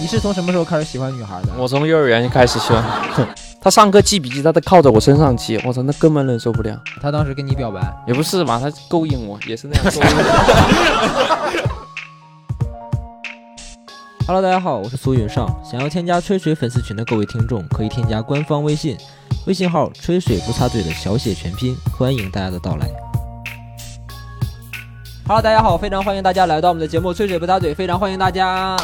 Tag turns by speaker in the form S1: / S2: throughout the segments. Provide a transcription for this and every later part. S1: 你是从什么时候开始喜欢女孩的？
S2: 我从幼儿园就开始喜欢， 他上课记笔记，他都靠在我身上记，我操，那根本忍受不了。
S1: 她当时跟你表白，
S2: 也不是吧，他勾引我，也是那样勾引我。
S3: Hello，大家好，我是苏云上。想要添加吹水粉丝群的各位听众，可以添加官方微信，微信号“吹水不插嘴”的小写全拼，欢迎大家的到来。Hello，大家好，非常欢迎大家来到我们的节目《吹水不插嘴》，非常欢迎大家。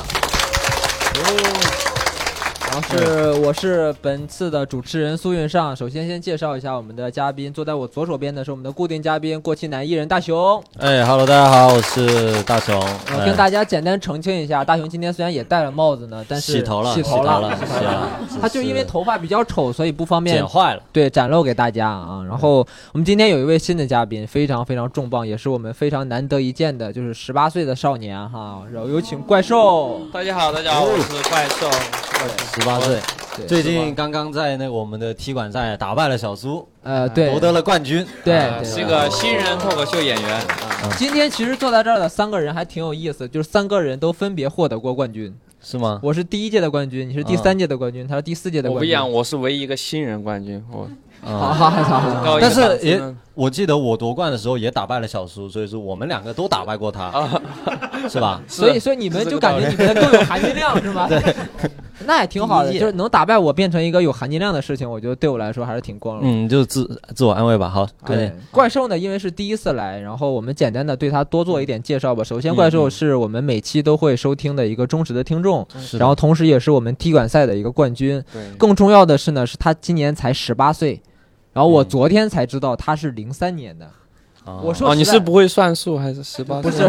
S1: 然后是我是本次的主持人苏云上。首先先介绍一下我们的嘉宾，坐在我左手边的是我们的固定嘉宾过气男艺人大熊。
S4: 哎哈喽，大家好，我是大熊。哎
S1: 我跟大家简单澄清一下，大熊今天虽然也戴了帽子呢，但是
S4: 洗头了，
S1: 洗头
S4: 了，
S1: 了，
S4: 洗
S1: 洗头了他就因为头发比较丑，所以不方便
S4: 剪坏了。
S1: 对展露给大家啊。然后我们今天有一位新的嘉宾，非常非常重磅，也是我们非常难得一见的，就是十八岁的少年哈。然后有请怪兽，
S2: 大家好，大家好，我是怪兽。
S4: 十八岁，
S1: 哦对
S4: 最近刚刚在那个我们的踢馆赛打败了小苏，
S1: 呃对
S4: 夺得了冠军。啊
S1: 对
S2: 呃
S1: 对
S2: 是个新人脱口秀演员，
S1: 今天其实坐在这儿的三个人还挺有意思，就是三个人都分别获得过冠军。
S4: 是吗？
S1: 我是第一届的冠军，你是第三届的冠军，他是第四届的
S2: 我
S1: 冠
S2: 不一
S1: 军。
S2: 样，我是唯一一个新人冠军。我
S1: 好
S4: 啊，
S1: 好好好好，
S2: 高一
S4: 但
S2: 个
S4: 是
S2: 档次
S4: 也
S2: 呢
S4: 我记得我夺冠的时候也打败了小苏，所以说我们两个都打败过
S1: 啊
S4: 他，是吧？
S1: 所以所以你们就感觉你们更有含金量是 吗？ 那也挺好的，
S4: 第一
S1: 就是能打败我变成一个有含金量的事情，我觉得对我来说还是挺光荣。
S4: 嗯，就自自我安慰吧。好，
S1: 对
S4: 对，，
S1: 怪兽呢，因为是第一次来，然后我们简单的对他多做一点介绍吧。首先，怪
S4: 嗯
S1: 兽是我们每期都会收听的一个忠实的听众，
S4: 是的
S1: 然后同时也是我们踢馆赛的一个冠军。
S2: 对
S1: 更重要的是呢，是他今年才十八岁，然后我
S4: 嗯
S1: 昨天才知道他是零三年的。
S4: 啊
S1: 我说
S2: 哦，你
S1: 实在
S2: 是不会算数还是十八？
S1: 不是，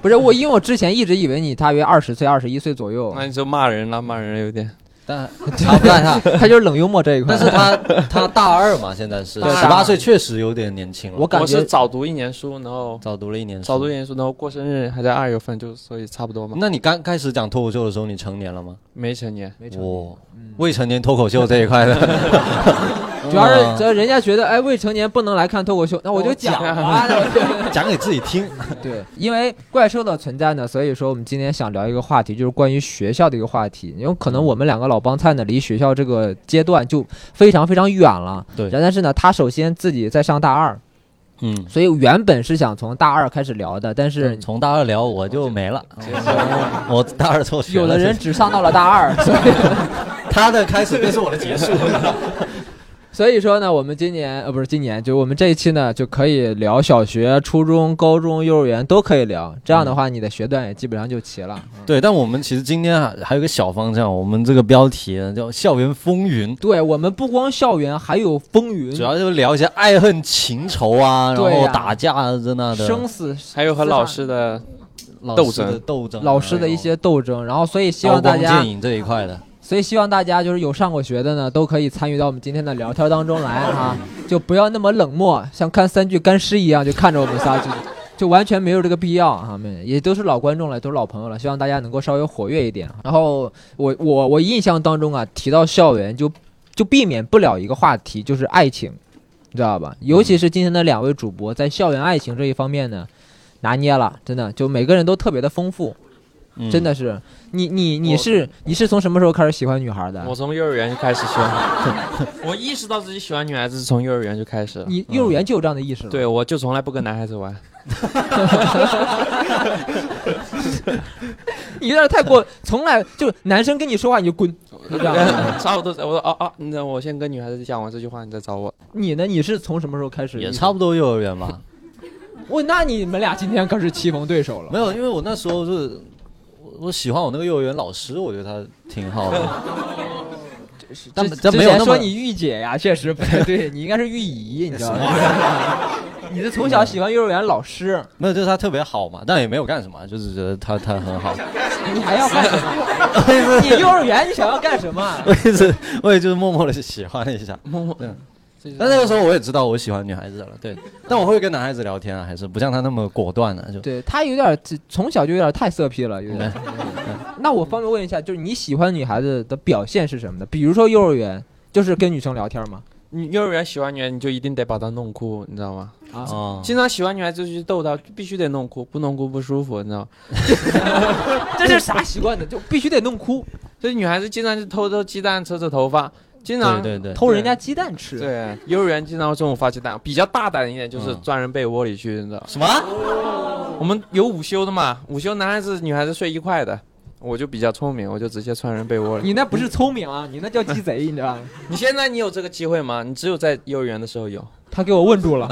S1: 不是我，因为我之前一直以为你大约二十岁、二十一岁左右，
S4: 哎
S2: 那你就骂人了，骂人有点。
S4: 但他不但他，
S1: 啊他就是冷幽默这一块。
S4: 但是 他他大二嘛，现在是
S1: 对
S4: 十八岁，确实有点年轻了。
S1: 我感
S2: 我是
S1: 觉
S2: 早读一年书，然后
S4: 早读了一年书，
S2: 早读一年书，然后过生日还在二月份，就所以差不多嘛。
S4: 那你刚开始讲脱口秀的时候，你成年了吗？
S2: 没成年，
S1: 没成
S4: 我未成年脱口秀这一块的， 嗯
S1: 主要
S4: 啊
S1: 是这人家觉得，哎，未成年不能来看脱口秀，那我就讲 啊。
S4: 讲给自己听。
S1: 对，因为怪兽的存在呢，所以说我们今天想聊一个话题，就是关于学校的一个话题。因为可
S4: 嗯
S1: 能我们两个老帮菜呢，离学校这个阶段就非常非常远了。
S4: 对
S1: 然后但是呢，他首先自己在上大二，
S4: 嗯，
S1: 所以原本是想从大二开始聊的，但是
S4: 从大二聊我就 没了，我大二辍学了。
S1: 有的人只上到了大二， 所以。
S4: 他的开始便是我 的结束。
S1: 所以说呢，我们今年呃不是今年，就我们这一期呢就可以聊小学、初中、高中、幼儿园都可以聊。这样的话，你的学段也基本上就齐了。
S4: 对，但我们其实今天还还有一个小方向，我们这个标题呢叫“校园风云
S1: 对我们不光校园，还有风”，云，
S4: 主要就是聊一些爱恨情仇啊，然
S1: 嗯对呀
S4: 后打架啊，这那的
S1: 生死
S2: 还有和老师的
S4: 老
S2: 斗
S4: 师的
S2: 争
S4: 斗争啊，
S1: 老师的一些斗争。然后，所以希
S4: 刀
S1: 望大
S4: 光
S1: 家
S4: 剑，影这一块的。
S1: 所以希望大家就是有上过学的呢，都可以参与到我们今天的聊天当中来啊， 就不要那么冷漠，像看三具干尸一样就看着我们仨就。就完全没有这个必要啊，们也都是老观众了，都是老朋友了，希望大家能够稍微活跃一点。然后我我我印象当中啊，提到校园就就避免不了一个话题，就是爱情，你知道吧？尤其是今天的两位主播在校园爱情这一方面呢，拿捏了，真的就每个人都特别的丰富，
S4: 嗯
S1: 真的是。你你你
S2: 我
S1: 是 你是从什么时候开始喜欢女孩的？
S2: 我从幼儿园就开始喜欢，我意识到自己喜欢女孩子是从幼儿园就开始了。
S4: 嗯
S1: 你幼儿园就有这样的意识了。
S2: 对，我就从来不跟男孩子玩。
S1: 你有点太过，从来就是男生跟你说话你就滚，就这样。
S2: 差不多，我说哦哦，那我先跟女孩子讲完这句话，你再找我。
S1: 你呢？你是从什么时候开始？
S4: 也差不多幼儿园吧。
S1: 我那你们俩今天可是棋逢对手了。
S4: 没有，因为我那时候是，我我喜欢我那个幼儿园老师，我觉得他挺 好的。但
S1: 之
S4: 但没
S1: 之
S4: 有
S1: 前
S4: 那
S1: 说
S4: 么
S1: 你御姐呀，确实不太对，你应该是御姨，你知道吗？ 你是从小喜欢幼儿园老师，
S4: 没有，就是他特别好嘛，但也没有干什么，就是觉得他他很好。
S1: 你还要干什么？你幼儿园你想要干什 么？
S4: 我也是，我也就是默默的喜欢了一下。
S1: 嗯
S4: 但那个时候我也知道我喜欢女孩子了，对。但我会跟男孩子聊天啊，还是不像他那么果断啊，就
S1: 对他有点从小就有点太色批了，有点。嗯那我方便问一下，就是你喜欢女孩子的表现是什么的？比如说幼儿园，就是跟女生聊天吗？
S2: 你幼儿园喜欢女孩，你就一定得把她弄哭，你知道吗？
S1: 啊
S4: 哦，
S2: 经常喜欢女孩就去逗她，必须得弄哭，不弄哭不舒服，你知道吗？
S1: 这是啥习惯呢？就必须得弄哭，
S2: 所以女孩子经常去偷偷鸡蛋、扯扯头发，经常
S1: 啊
S4: 对对对，
S1: 偷人家鸡蛋吃。
S2: 对，幼儿园经常中午发鸡蛋，比较大胆一点就是
S4: 嗯
S2: 钻人被窝里去，你知道吗？
S4: 什么？
S2: 我们有午休的嘛，午休男孩子女孩子睡一块的，我就比较聪明，我就直接窜人被窝里。
S1: 你那不是聪明啊，你那叫鸡贼，你知道吗？
S2: 你现在你有这个机会吗？你只有在幼儿园的时候有。
S1: 他给我问住了，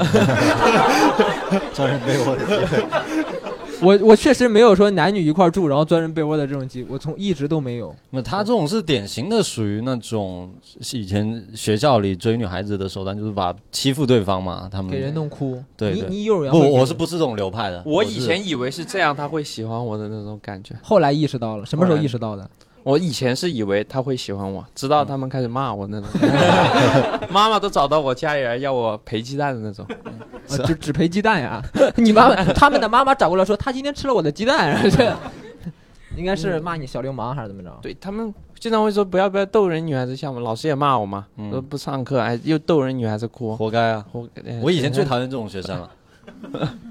S4: 找人被窝的机会。
S1: 我我确实没有说男女一块儿住然后钻人被窝的这种机，我从一直都没有。
S4: 那他这种是典型的属于那种是以前学校里追女孩子的手段，就是把欺负对方嘛。他们
S1: 给人弄哭。
S4: 对
S1: 你
S4: 对
S1: 你幼儿园
S4: 不，
S1: 会
S4: 我是不是这种流派的。
S2: 我
S4: 是
S2: 以前以为是这样，他会喜欢我的那种感觉。
S1: 后来意识到了，什么时候
S2: 后来
S1: 意识到的？
S2: 我以前是以为他会喜欢我，直到他们开始骂我那种，嗯 妈妈都找到我家里来要我赔鸡蛋的那种。
S1: 啊只只赔鸡蛋 呀？你妈妈他 们的妈妈找过来说，他今天吃了我的鸡蛋，然后这 应该是骂你小流氓还是怎么着？
S2: 对他们经常会说不要不要逗人女孩子笑嘛，老师也骂我嘛，
S4: 嗯
S2: 说不上课哎又逗人女孩子哭。
S4: 活该啊！
S2: 我
S4: 我以前最讨厌这种学生了。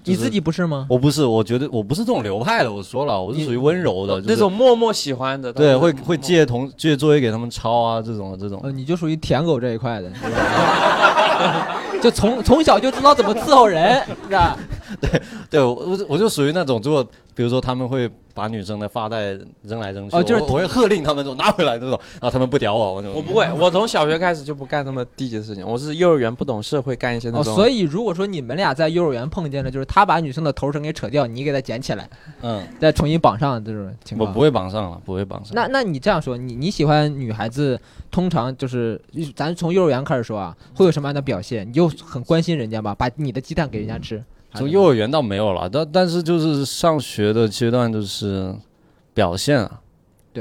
S1: 你自己不是吗？
S4: 我不是，我觉得我不是这种流派的。我说了，我是属于温柔的，就是
S2: 哦那种嗯默默喜欢的，
S4: 对会会借同借作业给他们抄啊，这种这种
S1: 呃，。你就属于舔狗这一块的，是吧 就从从小就知道怎么伺候人，是吧？
S4: 对，我我就我就属于那种，如果比如说他们会把女生的发带扔来扔去，
S1: 哦就是
S4: 我我会喝令他们说拿回来这种，然后他们不屌我，我就
S2: 我不会，我从小学开始就不干那么低级的事情，我是幼儿园不懂事会干一些那
S1: 哦，
S2: 种。
S1: 所以如果说你们俩在幼儿园碰见了，就是他把女生的头绳给扯掉，你给他捡起来，
S4: 嗯，
S1: 再重新绑上这种情
S4: 我
S1: 况。
S4: 不会绑上了，不会绑上。
S1: 那那你这样说，你你喜欢女孩子，通常就是咱从幼儿园开始说啊，会有什么样的表现？你就很关心人家吧，把你的鸡蛋给人家吃。
S2: 嗯
S4: 从幼儿园倒没有了，但但是就是上学的阶段就是表现啊，
S2: 哦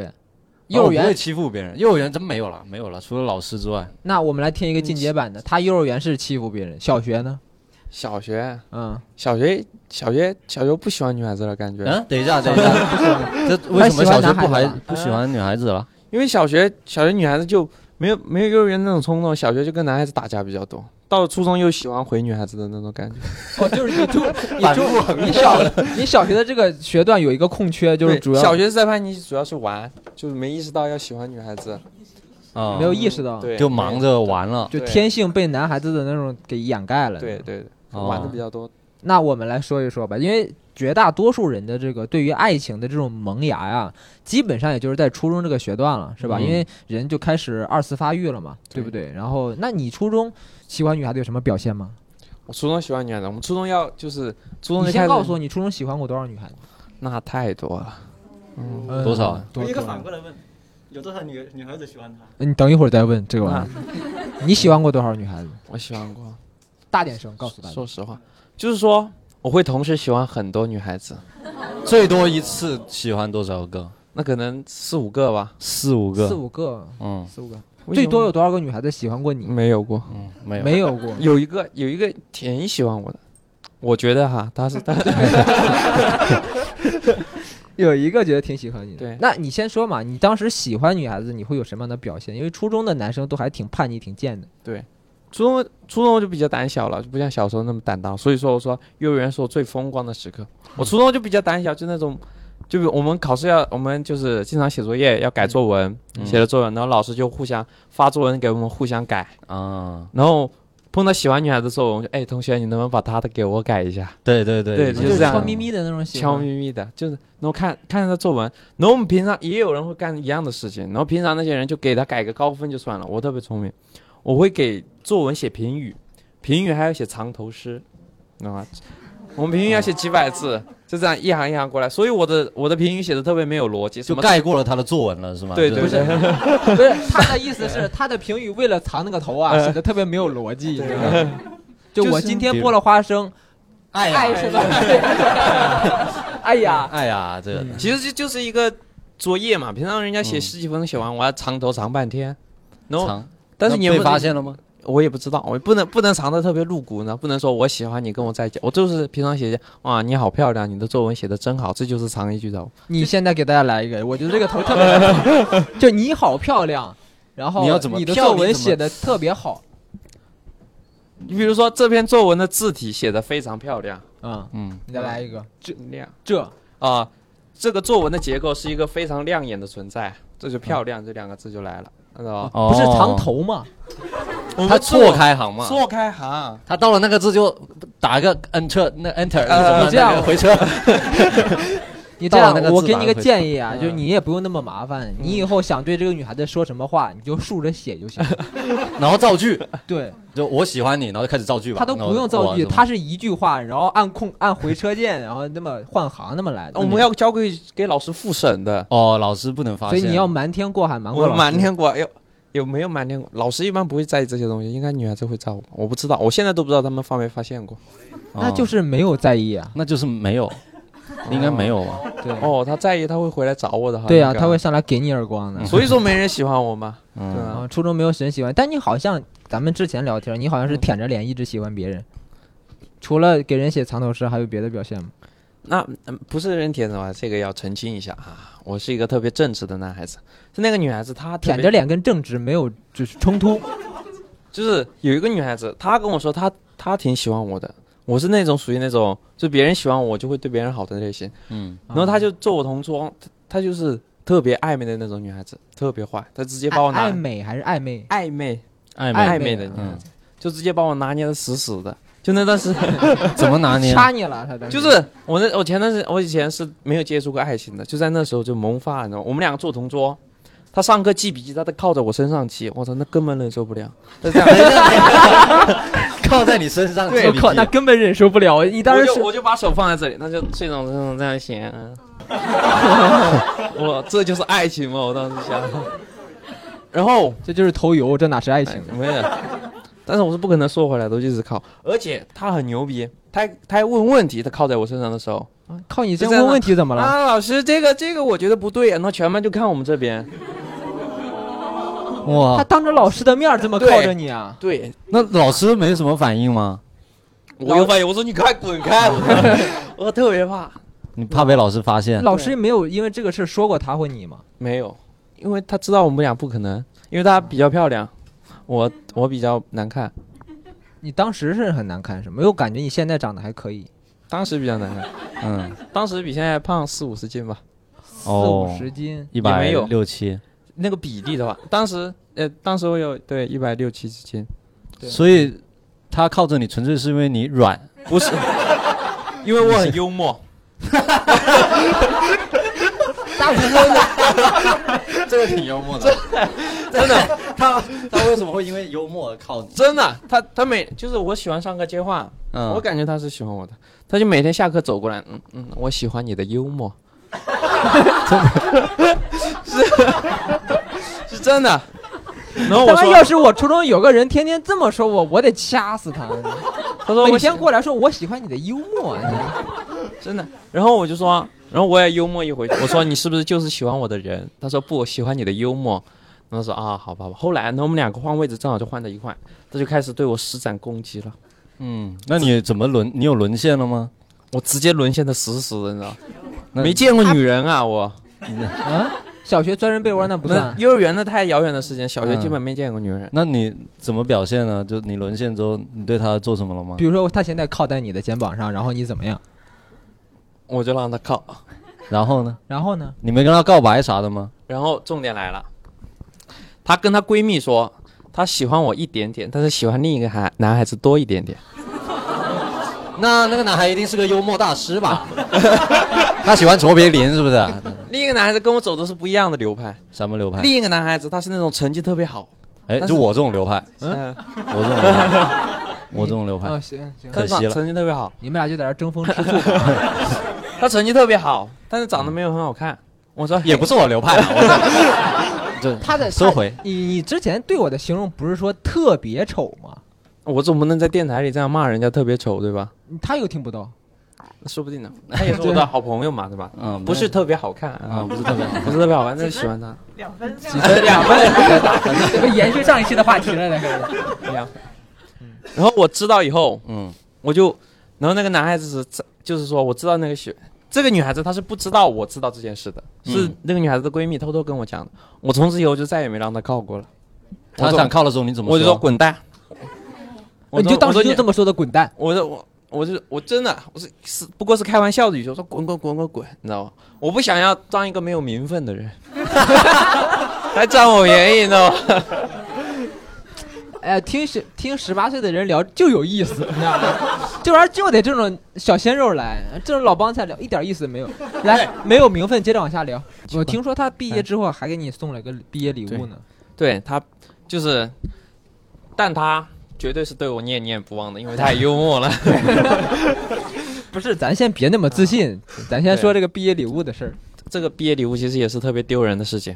S1: 幼儿
S4: 哦我不
S1: 园
S4: 会，欺负别人，幼儿园真没有了，没有了，除了老师之外，
S1: 那我们来听一个进阶版的，
S2: 嗯
S1: 他幼儿园是欺负别人，小学呢？
S2: 小学，
S1: 嗯，
S2: 小学，小学，小学不喜欢女孩子了，感觉，
S4: 嗯，等 一下，等一下， 这为什么小学不还不喜欢女孩子了？
S2: 因为小学小学女孩子就没有没有幼儿园那种冲动，小学就跟男孩子打架比较多，到了初中又喜欢回女孩子的那种感觉。
S1: 哦，就是 你中你中你小你小学的这个学段有一个空缺，就是
S2: 对
S1: 主要
S2: 小学在叛逆，主要是玩，就是没意识到要喜欢女孩子，嗯
S4: 啊
S1: 哦没有意识到，
S2: 对，
S4: 就忙着玩了。
S1: 就
S2: 对
S1: 天性被男孩子的那种给掩盖了。
S2: 对，对对，
S4: 哦
S2: 玩的比较多。
S1: 那我们来说一说吧，因为绝大多数人的这个对于爱情的这种萌芽呀，基本上也就是在初中这个学段了，是吧？
S4: 嗯
S1: 因为人就开始二次发育了嘛，对不对？然后，那你初中喜欢女孩子有什么表现吗？
S2: 我初中喜欢女孩子，我们初中要就是初中
S1: 你
S2: 就开
S1: 先
S2: 始，
S1: 告诉我，你初中喜欢过多少女孩子？
S2: 那太多了，嗯，
S4: 多少
S1: 嗯？
S5: 我
S1: 多
S5: 一个
S1: 多
S5: 反过来问，有多少女女孩子喜欢他？
S1: 呃你等一会儿再问这个玩意儿。你喜欢过多少女孩子？
S2: 我喜欢过。
S1: 大点声，告诉大家。
S2: 说实话，就是说我会同时喜欢很多女孩子，
S4: 最多一次喜欢多少个？
S2: 那可能四五个吧，
S4: 四五
S1: 四
S4: 个。
S1: 五个，
S4: 嗯
S1: 四五个，最多
S2: 有
S1: 有多少个女孩子喜欢过你？
S2: 没有过？
S4: 嗯，没有。
S1: 没有过。
S2: 有一个有一个挺喜欢我的，我觉得哈，她是她
S1: 有一个觉得挺喜欢你的，
S2: 对
S1: 那你先说嘛，你当时喜欢女孩子，你会有什么样的表现？因为初中的男生都还挺叛逆、挺贱的。
S2: 初中初中就比较胆小了，就不像小时候那么胆大，所以说我说幼儿园是我最风光的时刻。我初中就比较胆小，就那种，就比如我们考试要我们就是经常写作业要改作文，
S4: 嗯
S2: 写了作文，然后老师就互相发作文给我们互相改，
S4: 啊，
S2: 然后碰到喜欢女孩子的作文，我就哎同学你能不能把她的给我改一下？
S4: 对对对
S2: 对
S1: 就
S2: 就是这样
S1: 悄咪咪的那种喜
S2: 悄
S1: 欢。
S2: 咪咪的，就是然后看看着他作文，然后我们平常也有人会干一样的事情，然后平常那些人就给他改个高分就算了。我特别聪明，我会给作文写评语，评语还要写藏头诗，你知道吗？我们评语要写几百字，就这样一行一行过来，所以我的我的评语写的特别没有逻辑，什
S4: 就
S2: 么
S4: 盖过了他的作文了，是吗？
S2: 对对
S4: 就是
S2: 对，
S1: 不是他的意思是，他的评语为了藏那个头啊，
S2: 呃
S1: 显得特别没有逻辑，你知道吗
S4: 嗯
S1: 就
S2: 就是
S1: 我今天剥了花生，哎
S4: 爱
S1: 爱
S4: 呀
S1: 是吧？哎呀，
S4: 爱呀，这个
S2: 其实就就是一个作业嘛，平常人家写
S4: 嗯
S2: 十几分钟写完，我要藏头藏半天，然后
S4: 长。
S2: 但是
S4: 那
S2: 你有没
S4: 被
S2: 有
S4: 发现了吗？
S2: 我也不知道，我不能不能藏得特别露骨呢，不能说我喜欢你跟我在一起，我就是平常写写哇你好漂亮，你的作文写的真好，这就是藏一句头。
S1: 你现在给大家来一个，我觉得这个头特别 好，就你好漂亮，然后
S4: 你要怎么
S1: 的
S4: 漂
S1: 作
S4: 你
S1: 文
S4: 怎么
S1: 写的特别好，
S2: 你比如说这篇作文的字体写的非常漂亮，
S1: 嗯，
S2: 嗯，
S1: 你再来一个，
S2: 亮
S1: 这
S2: 啊、这个作文的结构是一个非常亮眼的存在，这就漂亮、这两个字就来了，看到吧？
S1: 不是藏头吗？
S2: 我
S4: 嗯哦他
S2: 们
S4: 错开行嘛，
S2: 错开行，
S4: 他到了那个字就打个 enter 那 enter，
S2: 呃
S4: 什么
S1: 这样
S4: 那个回车，
S1: 你这样
S4: 到了那，个
S1: 我
S4: 字
S1: 给
S4: 吧
S1: 你个
S4: 会
S1: 建议
S2: 嗯
S1: 啊，就是你也不用那么麻烦，你以后想对这个女孩子说什么话，你就竖着写就 行。
S4: 然后造句，
S1: 对
S4: 就我喜欢你，然后就开始造句吧。
S1: 他都
S4: 然后
S1: 不用造句，
S4: 我啊
S1: 他是一句话，然后按空按回车键，然后那么换行那么来的。
S2: 我们要交给给老师复审的。
S4: 哦，老师不能发
S1: 所
S4: 现，
S1: 以你要瞒天过海，瞒过
S2: 我
S1: 老师
S2: 瞒天过，有有没有瞒天过？老师一般不会在意这些东西，应该女孩子会在乎吧。我不知道，我现在都不知道他们发没发现过。
S4: 哦，
S1: 那就是没有在意啊。
S4: 那就是没有，应该没有吧？
S1: 对
S2: 哦，他在意，他会回来找我的哈。
S1: 对
S2: 呀、
S1: 啊，他会。上来给你耳光的。
S2: 嗯所以说没人喜欢我嘛。对
S4: 嗯，
S2: 啊
S1: 啊，初中没有谁喜欢，但你好像咱们之前聊天，你好
S2: 嗯
S1: 像是舔着脸一直喜欢别人。除了给人写藏头诗，还有别的表现吗？
S2: 那、嗯不是人舔的话，这个要澄清一下啊。我是一个特别正直的男孩子，是那个女孩子她特别
S1: 舔着，脸跟正直没有就是冲突。
S2: 就是有一个女孩子，她跟我说她她挺喜欢我的。我是那种属于那种，就别人喜欢我，我就会对别人好的类型。
S4: 嗯，
S1: 啊
S2: 然后她就做我同桌，她她就是特别暧昧的那种女孩子，特别坏，她直接把我拿
S1: 爱美还是啊暧昧？
S2: 暧昧
S1: 昧
S4: 暧昧
S2: 暧昧的女孩
S4: 嗯
S2: 子，就直接把我拿捏的死死的。就那段时，
S4: 怎么拿捏？
S1: 掐啊你了，他当时
S2: 就是我那我前段时间我以前是没有接触过爱情的，就在那时候就萌发，你知道吗？我们两个做同桌，他上课记笔记，他都靠着我身上记，我操，那根本忍受不了。就这样，
S4: 靠在你身上，
S1: 我靠，那根本忍受不了。你当
S2: 我
S1: 时
S2: 就是我就把手放在这里，那就这种这种这样啊写。 我这就是爱情吗？我当时想。然后
S1: 这就是头油，这哪是爱
S2: 哎
S1: 情？
S2: 没有。但是我是不可能缩回来的，我就一直靠。而且他很牛逼，他他还问问题，他靠在我身上的时候，
S1: 啊靠你
S2: 就
S1: 先
S2: 在
S1: 问
S2: 那
S1: 问题怎么了？
S2: 啊，老师，这个这个我觉得不对啊，然后全班就看我们这边。
S1: 他
S4: 哇，
S1: 当着老师的面儿这么靠
S2: 对
S1: 着你啊？
S2: 对，
S4: 那老师没什么反应吗？
S2: 我又发现，我说你快滚开，我 我特别怕。
S4: 你怕被老师发现？
S1: 老师没有因为这个事儿说过他或你吗？
S2: 没有，因为他知道我们俩不可能，因为他比较漂亮，我我比较难看，
S1: 你当时是很难看是吗？没有感觉你现在长得还可以，
S2: 当时比较难看，
S4: 嗯，
S2: 当时比现在胖四五十斤吧，
S1: 四
S4: 哦
S1: 五十 斤。
S4: 一百
S2: 没有
S4: 六七，
S2: 那个比例的话，当时呃，当时我有对一百六七十 斤，
S1: 对
S4: 所以他靠着你纯粹是因为你软，
S2: 不是，因为我很幽默，
S4: 这个挺幽默的，
S2: 真的
S4: 他他为什么会因为幽默而靠你？
S2: 真的，他他每就是我喜欢上课接话，
S4: 嗯
S2: 我感觉他是喜欢我的，他就每天下课走过来，嗯嗯，我喜欢你的幽默， 真的是是真的。然后我
S1: 他妈要
S2: 说，
S1: 是我初中有个人天天这么说我，我得掐死 他。
S2: 他说
S1: 每
S2: 我喜
S1: 天过来说我喜欢你的幽默，啊你
S2: 真的，然后我就说，然后我也幽默一回，我说你是不是就是喜欢我的人？他说不，我喜欢你的幽默。然后说啊，好吧吧。后来呢，我们两个换位置，正好就换到一块，他就开始对我施展攻击了，
S4: 嗯，那你怎么沦？你有沦陷了吗？
S2: 我直接沦陷的死死的，你知道吗？
S4: 那
S2: 没见过女人啊，我。
S1: 啊，小学钻人被窝那不
S2: 那
S1: 算。
S2: 幼儿园那太遥远的时间，小学
S4: 啊嗯
S2: 基本没见过女人。
S4: 那你怎么表现呢？就你沦陷之后，你对他做什么了吗
S1: 比？如说他现在靠在你的肩膀上，然后你怎么样？
S2: 我就让她靠。
S4: 然后呢？
S1: 然后呢？
S4: 你没跟他告白啥的吗？
S2: 然后重点来了，她跟她闺蜜说，她喜欢我一点点，但是喜欢另一个孩男孩子多一点点。
S4: 那那个男孩一定是个幽默大师吧？ 他喜欢卓别林是不是？
S2: 另一个男孩子跟我走的是不一样的流派。
S4: 什么流派？
S2: 另一个男孩子他是那种成绩特别好，
S4: 哎，
S2: 但是
S4: 就我这种流派，
S2: 嗯，
S4: 我这种流派， 我这种流派
S1: 哦，，行行，
S2: 他
S4: 可惜了
S2: 成绩特别好，
S1: 你们俩就在这争风吃醋吧。
S2: 他成绩特别好，但是长得没有很好看。我说
S4: 也不
S2: 是，
S4: 是我流派啊 我这就
S1: 他的
S4: 收回。
S1: 你你之前对我的形容不是说特别丑吗？
S2: 我总不能在电台里这样骂人家特别丑，对吧？
S1: 他又听不到，
S2: 说不定呢，他也是我的好朋友嘛，对吧？
S4: 哎嗯，
S2: 不是特别好看
S4: 啊，
S2: 啊，
S4: 不是特别好。
S2: 不是特别好看，但是喜欢他。
S6: 两分这
S1: 两
S6: 样
S1: 分，这个延续上一期的话题了，这个
S2: 一样。然后我知道以后，
S4: 嗯，
S2: 我就，然后那个男孩子是，就是说我知道那个学，这个女孩子她是不知道我知道这件事的，是
S4: 嗯
S2: 那个女孩子的闺蜜偷偷跟我讲的。我从此以后就再也没让她告过了。
S4: 他想靠的时候你怎么？
S2: 我就说，滚蛋。 我
S1: 你
S2: 说
S1: 就当
S2: 我说
S1: 时就
S2: 你
S1: 这么说的，滚蛋！
S2: 我说我我是我真的我是是不过是开玩笑的语气，我说滚滚滚滚滚，你知道吗？我不想要当一个没有名分 的人，还占我便宜，你知道吗？
S1: 哎呀，听十听十八岁的人聊就有意思，你知道吗？ 这玩意儿就得这种小鲜肉来，这种老帮菜聊一点意思没有。来，没有名分，接着往下聊。我听说他毕业之后还给你送了个毕业礼物呢。
S2: 对他就是，但他绝对是对我念念不忘的，因为太幽默了。
S1: 不是，咱先别那么自信，咱先说这个毕业礼物的事儿。
S2: 这个毕业礼物其实也是特别丢人的事情，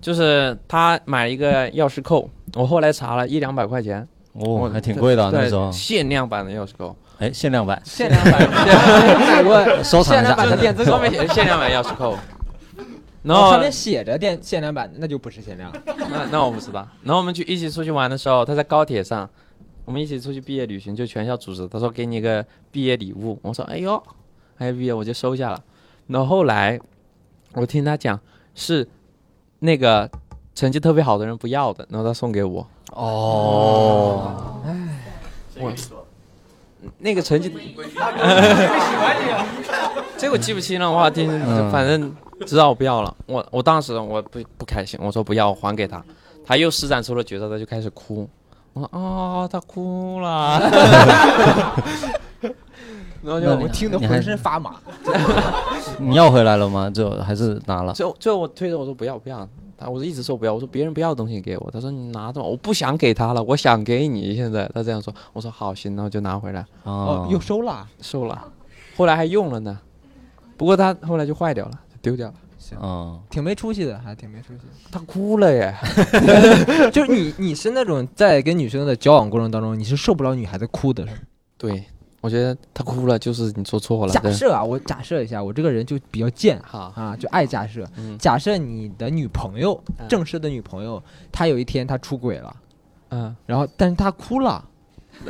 S2: 就是他买了一个钥匙扣，我后来查了一两百块钱，
S4: 哦，还挺贵的啊那
S2: 对
S4: 时候，
S2: 限量版的钥匙扣，
S4: 哎，限量版，
S1: 限量版， 买过
S4: 收藏
S1: 限
S4: 一
S1: 量版的
S4: 下。
S1: 电子狗
S2: 上，面 写着限量版钥匙扣。然
S1: 哦
S2: 后
S1: 上面写着电限量版，那就不是限量。
S2: 那那我不知道。然后我们去一起出去玩的时候，他在高铁上，我们一起出去毕业旅行，就全校组织。他说给你一个毕业礼物，我说哎呦，还有毕业我就收下了。然后后来我听他讲是那个成绩特别好的人不要的，然后他送给我。
S4: 哦，
S2: 那个 成绩，这我记不清了，我好像听，
S4: 嗯
S2: 反正知道我不要了。我我当时我不不开心，我说不要，我还给他。他又施展出了绝招，他就开始哭。我说啊、他哭了。然后就
S4: 那你
S1: 我听得
S4: 你还
S1: 浑身发麻。
S4: 你要回来了吗？最后还是拿了？
S2: 最后最后我推着我说不要不要，他我说一直说不要，我说别人不要的东西给我，他说你拿着吧，我不想给他了，我想给你。现在他这样说，我说好行，那我就拿回来。
S1: 哦
S4: 哦，，
S1: 又收了。
S2: 收了，后来还用了呢，不过他后来就坏掉了，丢掉了。
S4: 嗯，
S1: 挺没出息的，还挺没出息的。
S2: 他哭了耶！
S1: 就是你，你是那种在跟女生的交往过程当中，你是受不了女孩子哭的。是吧
S2: 对，我觉得他哭了就是你做错了。
S1: 假
S2: 对
S1: 设啊，我假设一下，我这个人就比较贱
S2: 好，
S1: 啊，就爱假设。
S2: 嗯
S1: 假设你的女朋友，
S2: 嗯
S1: 正式的女朋友，她有一天她出轨了，
S2: 嗯，
S1: 然后但是她哭了，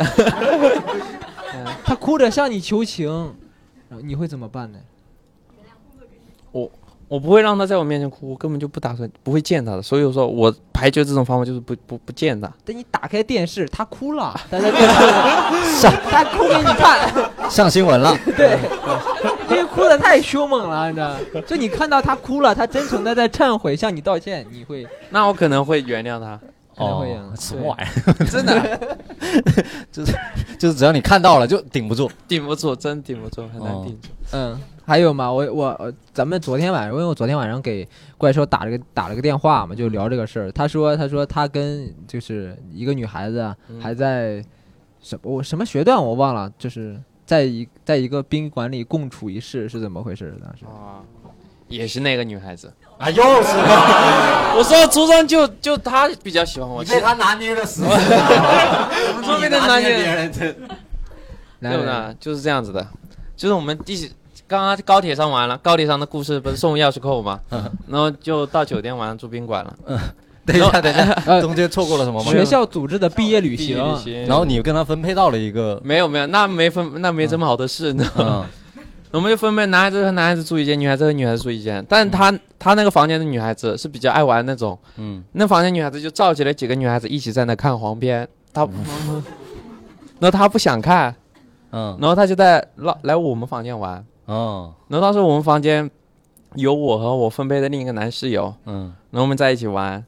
S1: 她哭着向你求情，然后你会怎么办呢？
S2: 我不会让他在我面前哭，我根本就不打算不会见他的，所以说我排绝这种方法就是不不不见他。
S1: 等你打开电视，她哭了， 她在电视上，她哭给你看。
S4: 上新闻了。
S1: 对，因为哭的太凶猛了，你知 道？就你看到他哭了，他真诚的在忏悔，向你道歉，你会
S2: 那我可能会原谅他，
S1: 可能会赢。
S4: 哦什
S1: 对
S4: 么玩意
S2: 真的
S4: 儿？就是只要你看到了，就顶不住。
S2: 顶不住，真顶不住，很难顶住。
S1: 嗯，还有吗？我我呃咱们昨天晚上，因为我昨天晚上给怪兽打了个打了个电话嘛，就聊这个事儿。他说他说他跟就是一个女孩子啊
S2: 嗯
S1: 还在什么我什么学段我忘了，就是在一在一个宾馆里共处一室是怎么回事？当时
S2: 啊，也是那个女孩子。
S4: 啊，又是
S2: 我说初中就就她比较喜欢我，
S4: 他拿捏的死死的
S2: 说明他拿捏别
S4: 人真。
S1: 来
S2: 对不
S1: 来，
S2: 对？就是这样子的，就是我们一起刚刚高铁上玩了，高铁上的故事不是送钥匙扣吗？然后就到酒店玩，住宾馆了。
S4: 等一下，等一下，
S1: 呃
S4: 中间错过了什么吗？嗯
S1: 学校组织的毕业旅
S2: 毕
S1: 行
S2: 业，旅行
S4: 然后你跟他分配到了一个，
S2: 没有没有，那没分，那没这么好的事呢。
S4: 嗯，
S2: 我们就分配男孩子和男孩子住一间，女孩子和女孩子住一间。但是他、他那个房间的女孩子是比较爱玩那种，
S4: 嗯，
S2: 那房间女孩子就召集了几个女孩子一起在那看黄片，他， 然后他不想看，
S4: 嗯，
S2: 然后他就在来来我们房间玩。
S4: 哦，
S2: 然后当时我们房间有我和我分配的另一个男室友，
S4: 嗯，
S2: 然后我们在一起玩，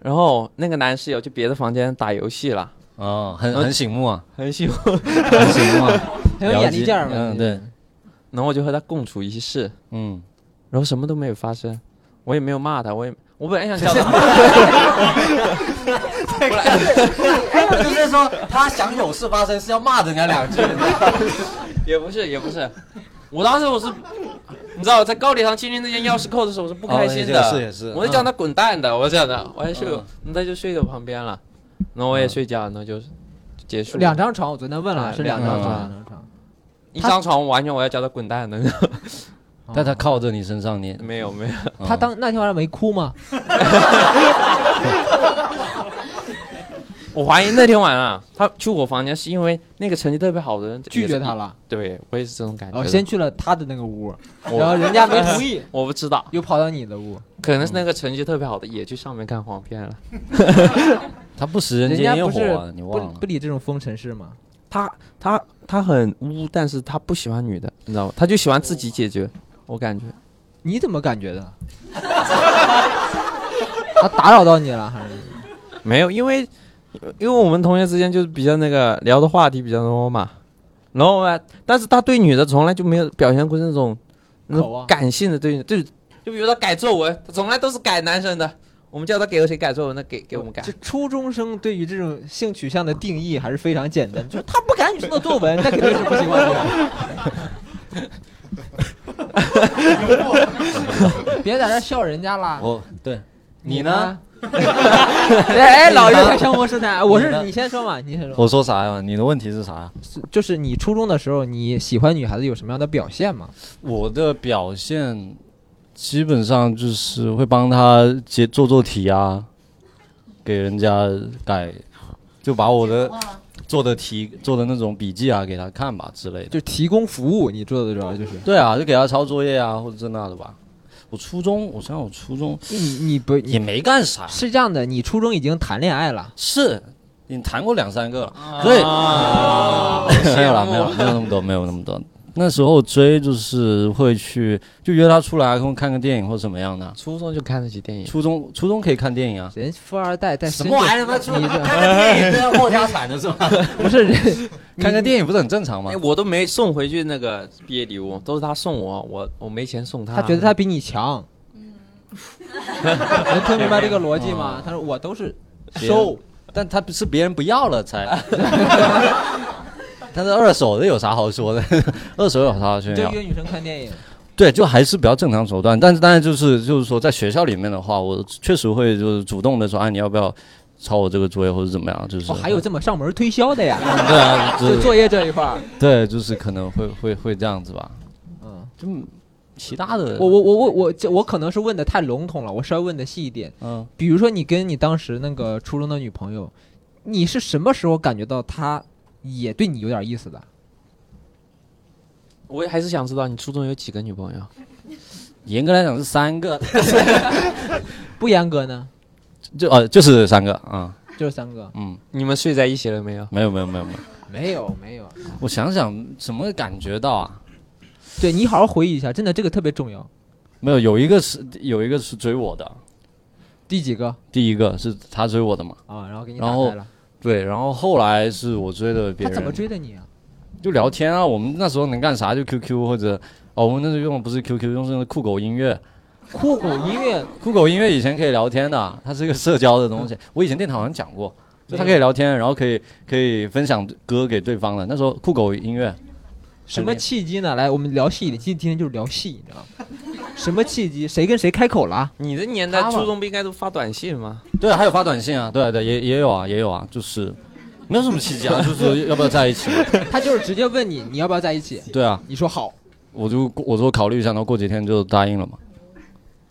S2: 然后那个男室友去别的房间打游戏了，
S4: 哦，很
S1: 呃
S2: 然后
S4: 很醒目啊，
S2: 很喜欢，
S4: 很醒目啊，
S1: 很有眼力劲儿嘛。
S4: 嗯，对，
S2: 然后我就和他共处一室，
S4: 嗯，
S2: 然后什么都没有发生，我也没有骂他，我也我本来想叫 他，
S4: 就是说他想有事发生是要骂人家两句，
S2: 也不是也不是，我当时我是，你知道我在高铁上清理那件钥匙扣的时候，我是不开心的，
S4: 哦也是也是
S2: 我就叫他滚蛋的，我这样的，我还睡，
S4: 嗯
S2: 那他就睡在我旁边了，然后我也睡觉，然后就就结束了
S1: 两张床，我昨天问了，
S2: 哎
S1: 是两张床，
S4: 两
S1: 两张
S2: 啊
S1: 床。
S2: 一张床，完全我要叫他滚蛋的，
S4: 但他靠着你身上捏，
S2: 没有没有，
S4: 嗯
S1: 他当那天晚上没哭吗？
S2: 我怀疑那天晚上啊他去我房间是因为那个成绩特别好的人
S1: 拒绝他。了，
S2: 对，我也是这种感觉的。
S1: 哦，先去了他的那个屋，然后
S2: 我
S1: 人家没同意，
S2: 我不知道，
S1: 又跑到你的屋，
S2: 可能是那个成绩特别好的也去上面看黄片了。
S4: 嗯他不食人
S1: 人家
S4: 间
S1: 不
S4: 烟火
S1: 是
S4: 啊，你
S1: 不
S4: 忘了
S1: 不？理这种风尘事嘛。
S2: 他他他很污，但是他不喜欢女的，你知道吗？他就喜欢自己解决。我感觉
S1: 你怎么感觉 的？他打扰到你了还是？
S2: 没有，因为因为我们同学之间就是比较那个聊的话题比较多嘛，然后啊，但是他对女的从来就没有表现过那种那
S1: 口啊
S2: 种感性的对女，就是就比如他改作文，他从来都是改男生的。我们叫他给谁改作文，那给给我们改
S1: 就。初中生对于这种性取向的定义还是非常简单，就是他不敢你说的作文，那肯定是不喜欢的。 别在这笑人家啦！
S4: 我哦对，
S1: 你
S4: 啊你呢？？
S1: 哎，哎老
S4: 你呢
S1: 岳相互试探，我
S4: 你
S1: 是
S4: 呢
S1: 你先说嘛，你先说。
S4: 我说啥呀？你的问题是啥呀？
S1: 就是你初中的时候，你喜欢女孩子有什么样的表现吗？
S4: 我的表现基本上就是会帮他解做做题啊，给人家改，就把我的做的题做的那种笔记啊给他看吧之类的。
S1: 就提供服务，你做的主要就是
S4: 对啊，就给他抄作业啊或者这那的吧。我初中，我想想我初中
S1: 你你不
S4: 也没干啥，
S1: 是这样的，你初中已经谈恋爱了，
S4: 是你谈过两三个
S1: 啊
S4: 了，所以、没有了，没有了，没有那么多，没有那么多。那时候追就是会去，就约他出来，跟我看个电影或什么样的。
S2: 初中就看得起电影，
S4: 初中初中可以看电影啊，
S1: 人富二代在
S4: 什
S1: 深
S4: 么玩意
S1: 圳，
S4: 儿？他妈初中
S1: 你这
S4: 看个电影都要破家产的是吧？
S1: 不是 人，
S4: 看个电影不是很正常吗
S2: 哎，？我都没送回去那个毕业礼物，都是他送我，我我没钱送他。
S1: 他觉得他比你强。
S4: 嗯
S1: 能听明白这个逻辑
S4: 哦
S1: 吗？他说我都是收，
S4: 但他是别人不要 了才。 他是二手的，有啥好说的？ 二手有啥好炫
S1: 就
S4: 耀？
S1: 约女生看电影，
S4: 对，就还是比较正常手段。但是当然就是就是说，在学校里面的话，我确实会就是主动的说，哎，你要不要抄我这个作业或者怎么样？就是、
S1: 哦，还有这么上门推销的呀？
S4: 对啊，就
S1: 就是作业这一块儿，
S4: 对，就是可能会会会这样子吧。
S1: 嗯，
S4: 就其他的，
S1: 我我我我我这我可能是问的太笼统了，我稍微问的细一点。
S4: 嗯，
S1: 比如说你跟你当时那个初中的女朋友，你是什么时候感觉到她也对你有点意思的？
S2: 我还是想知道你初中有几个女朋友？
S4: 严格来讲是三个，
S1: 不严格呢，
S4: 就呃就是三个啊，
S1: 就是三个。
S4: 嗯，
S2: 你们睡在一起了没有？
S4: 没有没有没有没有，
S1: 没有没有，
S4: 我想想怎么感觉到啊？
S1: 对你好好回忆一下，真的这个特别重要。
S4: 没有，有一个是有一个是追我的，
S1: 第几个
S4: 第一个是他追我的嘛，
S1: 啊？然后给你打
S4: 然后
S1: 开了，
S4: 对，然后后来是我追的别
S1: 他
S4: 人，
S1: 怎么追的你啊？
S4: 就聊天啊，我们那时候能干啥就 QQ 或者哦，我们那时候用的不是 QQ，用的是酷狗音乐。
S1: 酷狗音 乐
S4: 酷狗音乐以前可以聊天的，它是一个社交的东西。
S1: 嗯
S4: 我以前电台好像讲过，就它可以聊天，然后可以可以分享歌给对方的。那时候酷狗音乐，
S1: 什么契机呢？来，我们聊戏里，今天就是聊戏，你知道吗？什么契机？谁跟谁开口了啊？
S2: 你的年
S4: 他
S2: 代
S4: 吧
S2: 初中不应该都发短信吗？
S4: 对，还有发短信啊，对对，也也有啊，也有啊，就是没有什么契 机啊，就是要不要在一起嘛。
S1: 他就是直接问你，你要不要在一起？
S4: 对啊，
S1: 你说好，
S4: 我就我说考虑一下，然后过几天就答应了嘛。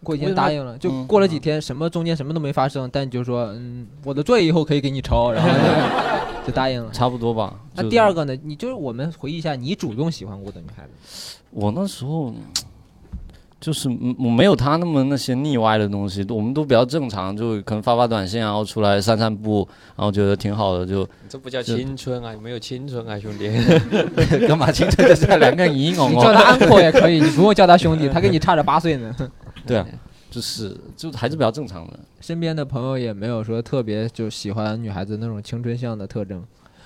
S1: 过几天答应了，就过了几
S4: 嗯
S1: 天，什么中间什么都没发生，但你就说，嗯，我的作业以后可以给你抄，然后就 就答应了。
S4: 差不多吧。
S1: 那
S4: 就
S1: 第二，个呢？你就是我们回忆一下，你主动喜欢过的女孩子，
S4: 我那时候。就是嗯我没有他那么那些腻歪的东西，我们都比较正常，就可能发发短信啊，然后出来散散步，然后觉得挺好的，就
S2: 这不叫
S4: 是
S2: 青春啊，有没有青春啊，兄弟？
S4: 干嘛青春就是两个人你一 我
S1: 你
S4: 我
S1: 叫他 uncle 也可以，你不用叫他兄弟，他跟你差着八岁呢。
S4: 对啊，就是就还是比较正常的。
S1: 身边的朋友也没有说特别就喜欢女孩子那种青春向的特征。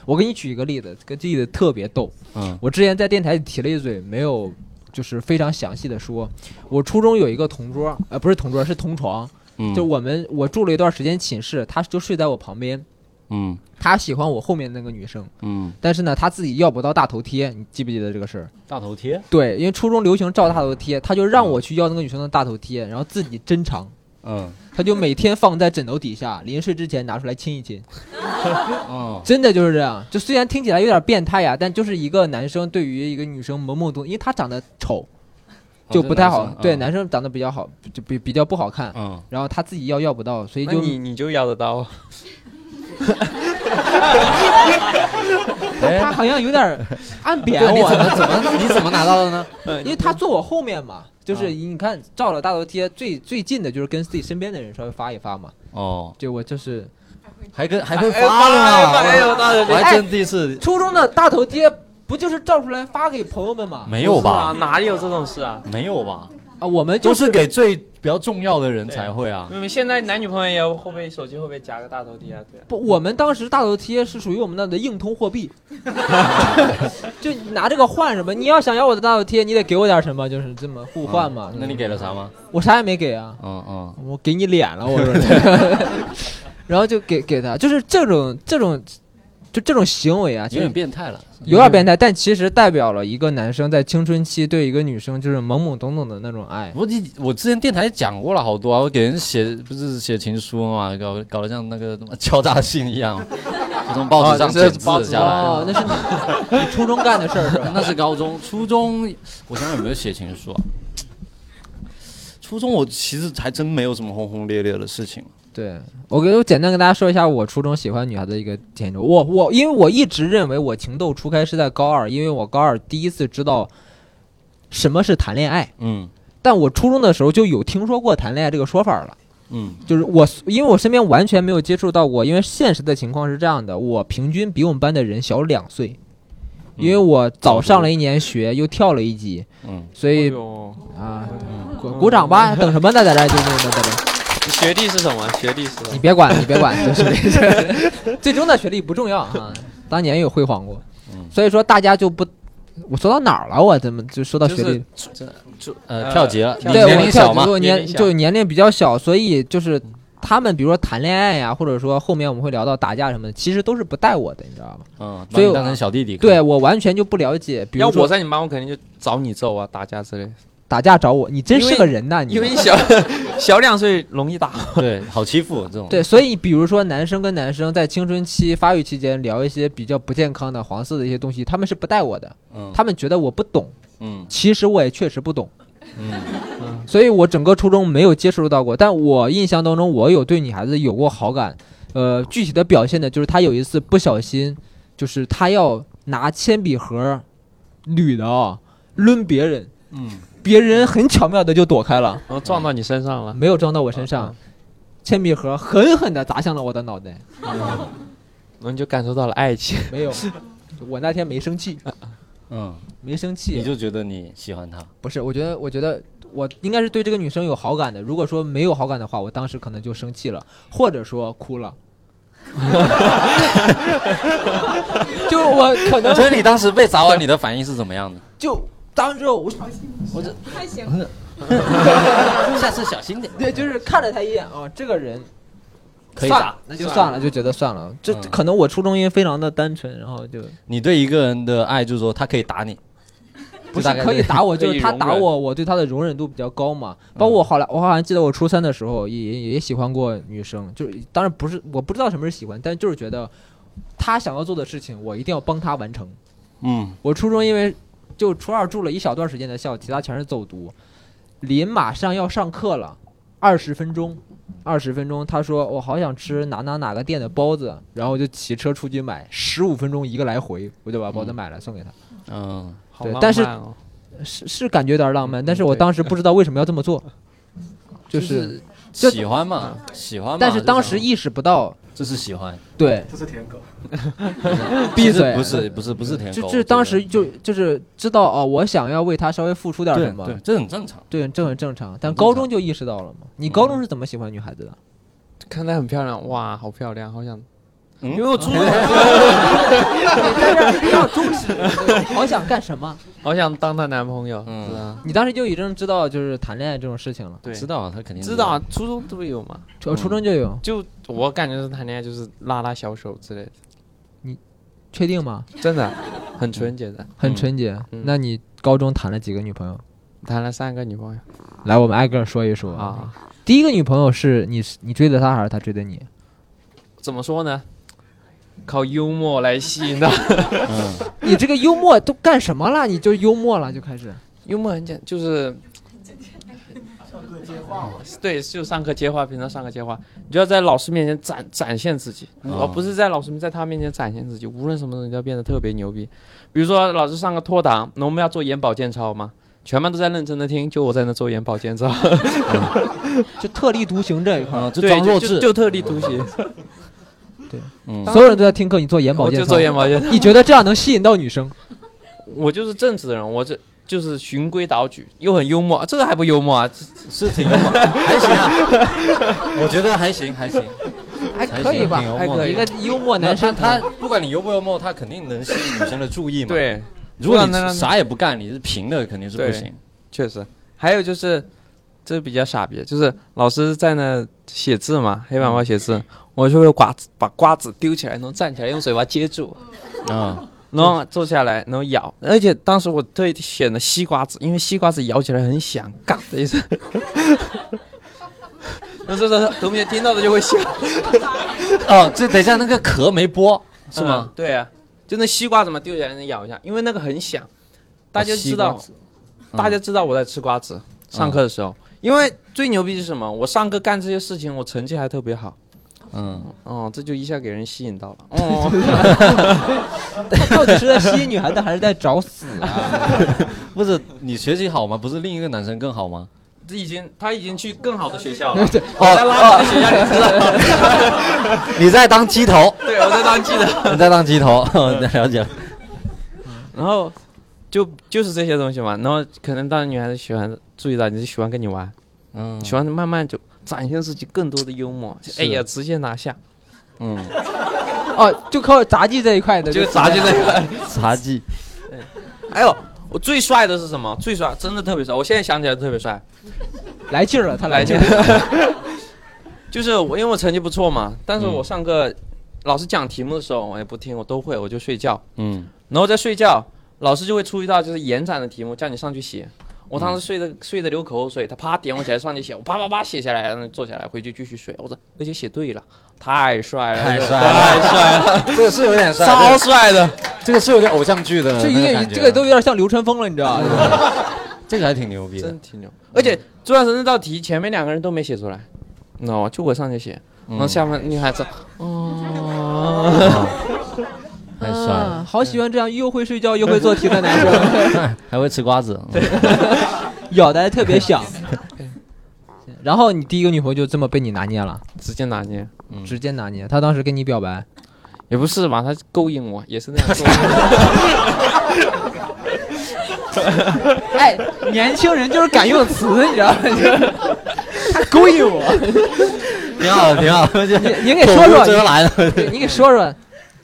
S1: 我给你举一个例子，这个例子特别逗。
S4: 嗯
S1: 我之前在电台里提了一嘴，没有就是非常详细的说。我初中有一个同桌，呃，不是同桌，是同床。
S4: 嗯，
S1: 就我们我住了一段时间寝室，他就睡在我旁边。
S4: 嗯
S1: 他喜欢我后面那个女生，
S4: 嗯
S1: 但是呢，他自己要不到大头贴，你记不记得这个事儿？
S4: 大头贴，
S1: 对，因为初中流行照大头贴，他就让我去要那个女生的大头贴，然后自己珍藏。
S4: 嗯
S1: 他就每天放在枕头底下，临睡之前拿出来亲一亲，
S4: 嗯
S1: 真的就是这样。就虽然听起来有点变态呀，但就是一个男生对于一个女生懵懵懂，因为他长得丑，就不太
S3: 哦
S1: 好。
S4: 哦
S1: 对，男生长得比较好，就比比较不好看。
S4: 嗯
S1: 然后他自己要要不到，所以
S2: 那
S1: 就
S2: 你你就要得到啊，
S1: 他好像有点 儿暗贬
S3: 哎对，你
S1: 我
S3: 怎么怎么你怎么拿到的呢？ 啊
S1: 因为他坐我后面嘛，就是你看照了大头贴最最近的就是跟自己身边的人稍微发一发嘛，
S4: 哦，
S1: 就我就是
S4: 还跟还会发了呢，
S2: 哎呦，大
S4: 我还真第一次，
S1: 初中的大头贴不就是照出来发给朋友们嘛？
S4: 没有
S2: 啊，
S4: 吧？
S2: 哪里有这种事啊？
S4: 没有吧？
S1: 啊，我们
S4: 都
S1: 就是
S4: 给最比较重要的人才会啊。
S2: 因为现在男女朋友也会不会手机会不会夹个大头贴啊？对啊，
S1: 不，我们当时大头贴是属于我们那的硬通货币， 就你拿这个换什么？你要想要我的大头贴，你得给我点什么，就是这么互换嘛。
S4: 哦嗯那你给了啥吗？
S1: 我啥也没给啊，
S4: 嗯嗯，
S1: 我给你脸了，我说。 然后就给给他，就是这种这种，就这种行为啊，其
S4: 有
S1: 实
S4: 点变态了。
S1: 有点变态，但其实代表了一个男生在青春期对一个女生就是懵懵懂懂的那种爱。
S4: 我你我之前电台讲过了好多啊，我给人写不是写情书嘛，搞搞得像那个什么 敲诈信一样，就从报纸上
S2: 哦这
S4: 剪
S2: 是报
S4: 字
S2: 纸
S4: 下来。
S1: 哦，那是你你初中干的事儿是吧？
S4: 那是高中，初中我想想有没有写情书啊？初中我其实还真没有什么轰轰烈烈的事情。
S1: 对我给我简单跟大家说一下我初中喜欢女孩的一个前奏。我我因为我一直认为我情窦初开是在高二，因为我高二第一次知道什么是谈恋爱。
S4: 嗯
S1: 但我初中的时候就有听说过谈恋爱这个说法了，
S4: 嗯
S1: 就是我因为我身边完全没有接触到过，因为现实的情况是这样的，我平均比我们班的人小两岁，因为我早上了一年学，又跳了一级，
S4: 嗯，
S1: 所以
S2: 哎呦
S1: 啊，鼓鼓掌吧，等什么呢？在这儿就就就在这儿。
S2: 学历是什么？学历是什
S1: 你
S2: 么？
S1: 别管，你别 管，就是这个最终的学历不重要啊。当年也有辉煌过，
S2: 嗯
S1: 所以说大家就不，我说到哪儿了？我怎么就说到学
S2: 就
S1: 历
S2: 是？
S4: 呃，
S2: 呃
S4: 跳级了，你
S2: 跳级
S1: 对，
S4: 年
S1: 我
S4: 龄
S1: 跳
S4: 小
S1: 级，
S4: 吗？
S1: 我
S2: 年
S1: 年
S2: 龄小嗯
S1: 就年龄比较小，所以就是他们比如说谈恋爱呀、或者说后面我们会聊到打架什么的，其实都是不带我的，你知道吗？
S4: 嗯，把
S1: 所以
S4: 你
S1: 我
S4: 当成小弟弟。
S1: 对，我完全就不了解，比
S2: 要
S1: 如
S2: 我
S1: 说
S2: 在你班，我肯定就找你揍啊、打架之类的。
S1: 打架找我，你真是个人呐！你
S2: 因为你小 小两岁容易打。
S4: 对，好欺负这 种。
S1: 对，所以比如说男生跟男生在青春期发育期间聊一些比较不健康的黄色的一些东西，他们是不带我的，
S4: 嗯，
S1: 他们觉得我不懂。
S4: 嗯
S1: 其实我也确实不懂，
S4: 嗯
S1: 所以我整个初中没有接触到过。但我印象当中，我有对女孩子有过好感。呃，具体的表现呢，就是她有一次不小心，就是她要拿铅笔盒，女的啊、抡别人，
S4: 嗯，
S1: 别人很巧妙的就躲开了，
S2: 然后哦撞到你身上
S4: 啊
S2: 了。
S1: 没有撞到我身上。铅笔盒狠狠的砸向了我的脑袋，
S2: 然后你就感受到了爱情。
S1: 没有。我那天没生气，
S4: 嗯，
S1: 没生气，
S4: 你就觉得你喜 欢他。
S1: 不是，我觉得，我觉得我应该是对这个女生有好感的。如果说没有好感的话，我当时可能就生气了，或者说哭了。 就我可能
S4: 所以你当时被砸完，你的反应是怎么样的？
S1: 就砸完之后，我
S6: 太 行，
S4: 下次小心点。
S1: 对，就是看了她一眼啊、哦，这个人
S4: 可以
S1: 算
S4: 打
S1: 了，那就算了，就觉得算了。这
S4: 嗯
S1: 可能我初中因为非常的单纯，然后就
S4: 你对一个人的爱就是说他可以打你，
S1: 不
S4: 就大概
S1: 是可以
S4: 这个
S1: 打 我，就
S2: 可
S1: 是
S2: 以
S1: 他
S2: 容
S1: 打
S2: 忍嗯
S1: 我，我对他的容忍度比较高嘛。包括我后来，我好像记得我初三的时候也也也喜欢过女生，就是当然不是我不知道什么是喜欢，但就是觉得他想要做的事情，我一定要帮他完成。
S4: 嗯，
S1: 我初中因为就初二住了一小段时间的校，其他全是走读。临马上要上课了，二十分钟，二十分钟，他说我好想吃哪哪哪个店的包子，然后我就骑车出去买，十五分钟一个来回，我就把包子买了送给他。
S4: 嗯，
S2: 好
S1: 对
S2: 浪
S1: 但是
S2: 漫哦
S1: 是是感觉有点浪漫，但是我
S2: 对
S1: 当时不知道为什么要这么 做，就是，就
S4: 喜欢嘛，喜欢嘛。
S1: 但是当
S4: 这
S1: 时
S4: 种
S1: 意识不到，
S4: 这是喜欢，
S1: 对，
S5: 这是舔狗，
S1: 闭
S4: 其实
S1: 嘴
S4: 不是不是不是舔狗，
S1: 就
S4: 我
S1: 就
S4: 觉
S1: 当
S4: 得
S1: 时就就是知道哦，我想要为他稍微付出点
S4: 对
S1: 什么
S4: 对，，这很正常。
S1: 对，这很正常。但
S4: 很正
S1: 高中
S4: 常
S1: 就意识到了嘛，你高中是怎么喜欢女孩子 的？
S2: 看她很漂亮，哇，好漂亮，好想。
S4: 嗯
S2: 因为我初中
S1: 但是不要终止， 好想干什么？
S2: 好想当她男朋友，
S4: 嗯
S2: 是啊，
S1: 你当时就已经知道就是谈恋爱这种事情了，
S2: 对，
S4: 知道啊，他肯定
S2: 知道啊，初中都有嘛。
S1: 我初中就有，
S2: 就我感觉是谈恋爱就是拉拉小手之类的，
S1: 确定吗？
S2: 真的很纯洁的。
S1: 很
S4: 嗯
S1: 纯洁。
S2: 嗯
S1: 那你高中谈了几个女朋友？
S2: 谈了三个女朋友
S1: 来，我们挨个儿说一说。
S2: 啊，
S1: 第一个女朋友是你你追的她，还是她追的你？
S2: 怎么说呢？靠幽默来吸引到，
S4: 嗯
S1: 你这个幽默都干什么了？你就幽默了就开始，
S2: 幽默很简，就是
S6: 接话嘛。
S2: 对，就上课接话，平常上课接话，你就要在老师面前展展现自己，
S4: 嗯
S2: 而、不是在老师面在他面前展现自己。无论什么东西都要变得特别牛逼。比如说老师上个脱档，那我们要做眼保健操吗？全班都在认真的听，就我在那做眼保健操，
S1: 就特立独行这一块儿，
S4: 啊，就
S2: 对
S4: 装弱
S2: 就
S4: 智，
S2: 就特立独行，
S4: 嗯
S1: 所有人都在听课，你哦做眼保
S2: 我
S1: 健
S2: 就
S1: 操
S2: 做，眼保健操。
S1: 你觉得这样能吸引到女 生？
S2: 我就是正直的人，我这就是循规蹈矩，又很幽默，啊这个还不幽默啊？这
S4: 是 挺幽默，还行啊， 我觉得还行还行。
S1: 还
S4: 可以吧还行还可以
S1: 一个幽默男生，
S4: 他他不管你幽不幽默，他肯定能吸引女生的注意嘛。，
S2: 对，
S4: 如果你
S2: 不然呢
S4: 啥也不干，你是平的，肯定是不行。
S2: 确实，还有就是，这比较傻逼，就是老师在那写字嘛，黑板报写字，我就会瓜子把瓜子丢起来，然后站起来用嘴巴接住，
S4: 啊，
S2: 然后坐下来，然后咬。而且当时我特意选的西瓜子，因为西瓜子咬起来很响，嘎的一声。 那这这同学听到的就会笑，
S4: 哦，这等一下那个壳没剥是
S2: 嗯
S4: 吗？？
S2: 对啊，就那西瓜子嘛，丢起来能咬一下，因为那个很响，
S4: 哦
S2: 大家知道，大
S4: 嗯
S2: 家知道我在吃瓜子。上课的时候，因为最牛逼是什么？我上课干这些事情，我成绩还特别好。
S4: 嗯，
S2: 哦，这就一下给人吸引到了。 哦，
S1: 他到底是在吸引女孩子，还是在找死啊？
S4: 不是你学习好吗？不是另一个男生更好吗？
S2: 这已经他已经去更好的学校 了。
S4: 哦哦， 你在当鸡头，
S2: 对，我在当记者。
S4: 你在当鸡头， 了解了。
S2: 然后就就是这些东西嘛。然后可能当女孩子喜欢注意到你，就喜欢跟你玩，
S4: 嗯
S2: 喜欢慢慢就展现自己更多的幽默。
S4: 是
S2: 哎呀，直接拿下，
S4: 嗯，
S1: 哦，就靠杂技这一块的，
S2: 就砸进那个。
S4: 茶技
S2: 还有我最帅的是什么？最帅，真的特别帅。我现在想起来特别帅，
S1: 来劲儿了，他
S2: 来
S1: 劲
S2: 劲
S1: 儿了。
S2: 就是我，因为我成绩不错嘛，但是
S4: 嗯
S2: 我上课、老师讲题目的时候，我也不听，我都会，我就睡觉。
S4: 嗯，
S2: 然后在睡觉，老师就会出一道就是延展的题目，叫你上去写。我当时睡得、睡得流口水，他啪点我起来上去写，我啪啪啪写下来，然后坐下来回去继续睡。我说，而且写对了，太帅了，
S4: 太帅了
S2: 太帅了，
S4: 这个是有点帅，
S2: 超帅的。
S4: 这个是有点偶像剧 的，
S1: 这有点，这个都有点像流川枫了，你知道吗？
S4: 这个还挺牛逼的
S2: 真。挺牛。而且朱老师那道题前面两个人都没写出来，嗯你知道吗？哦就我上去写，
S4: 嗯
S2: 然后下面女孩子，哦，
S4: 太帅了，
S1: 啊好喜欢这样又会睡觉又会做题的男 生，
S4: 还会吃瓜子。
S1: 咬的还特别 响。然后你第一个女朋友就这么被你拿捏了，
S2: 直接拿捏，
S1: 直接拿捏。她当时跟你表白，
S2: 也不是吧？他勾引我，也是那样 做。
S1: 哎，年轻人就是敢用词，你知 道吗？他勾引我，
S4: 挺好，挺好。
S1: 你你给说说
S4: 口无遮拦，
S1: 对你给说说，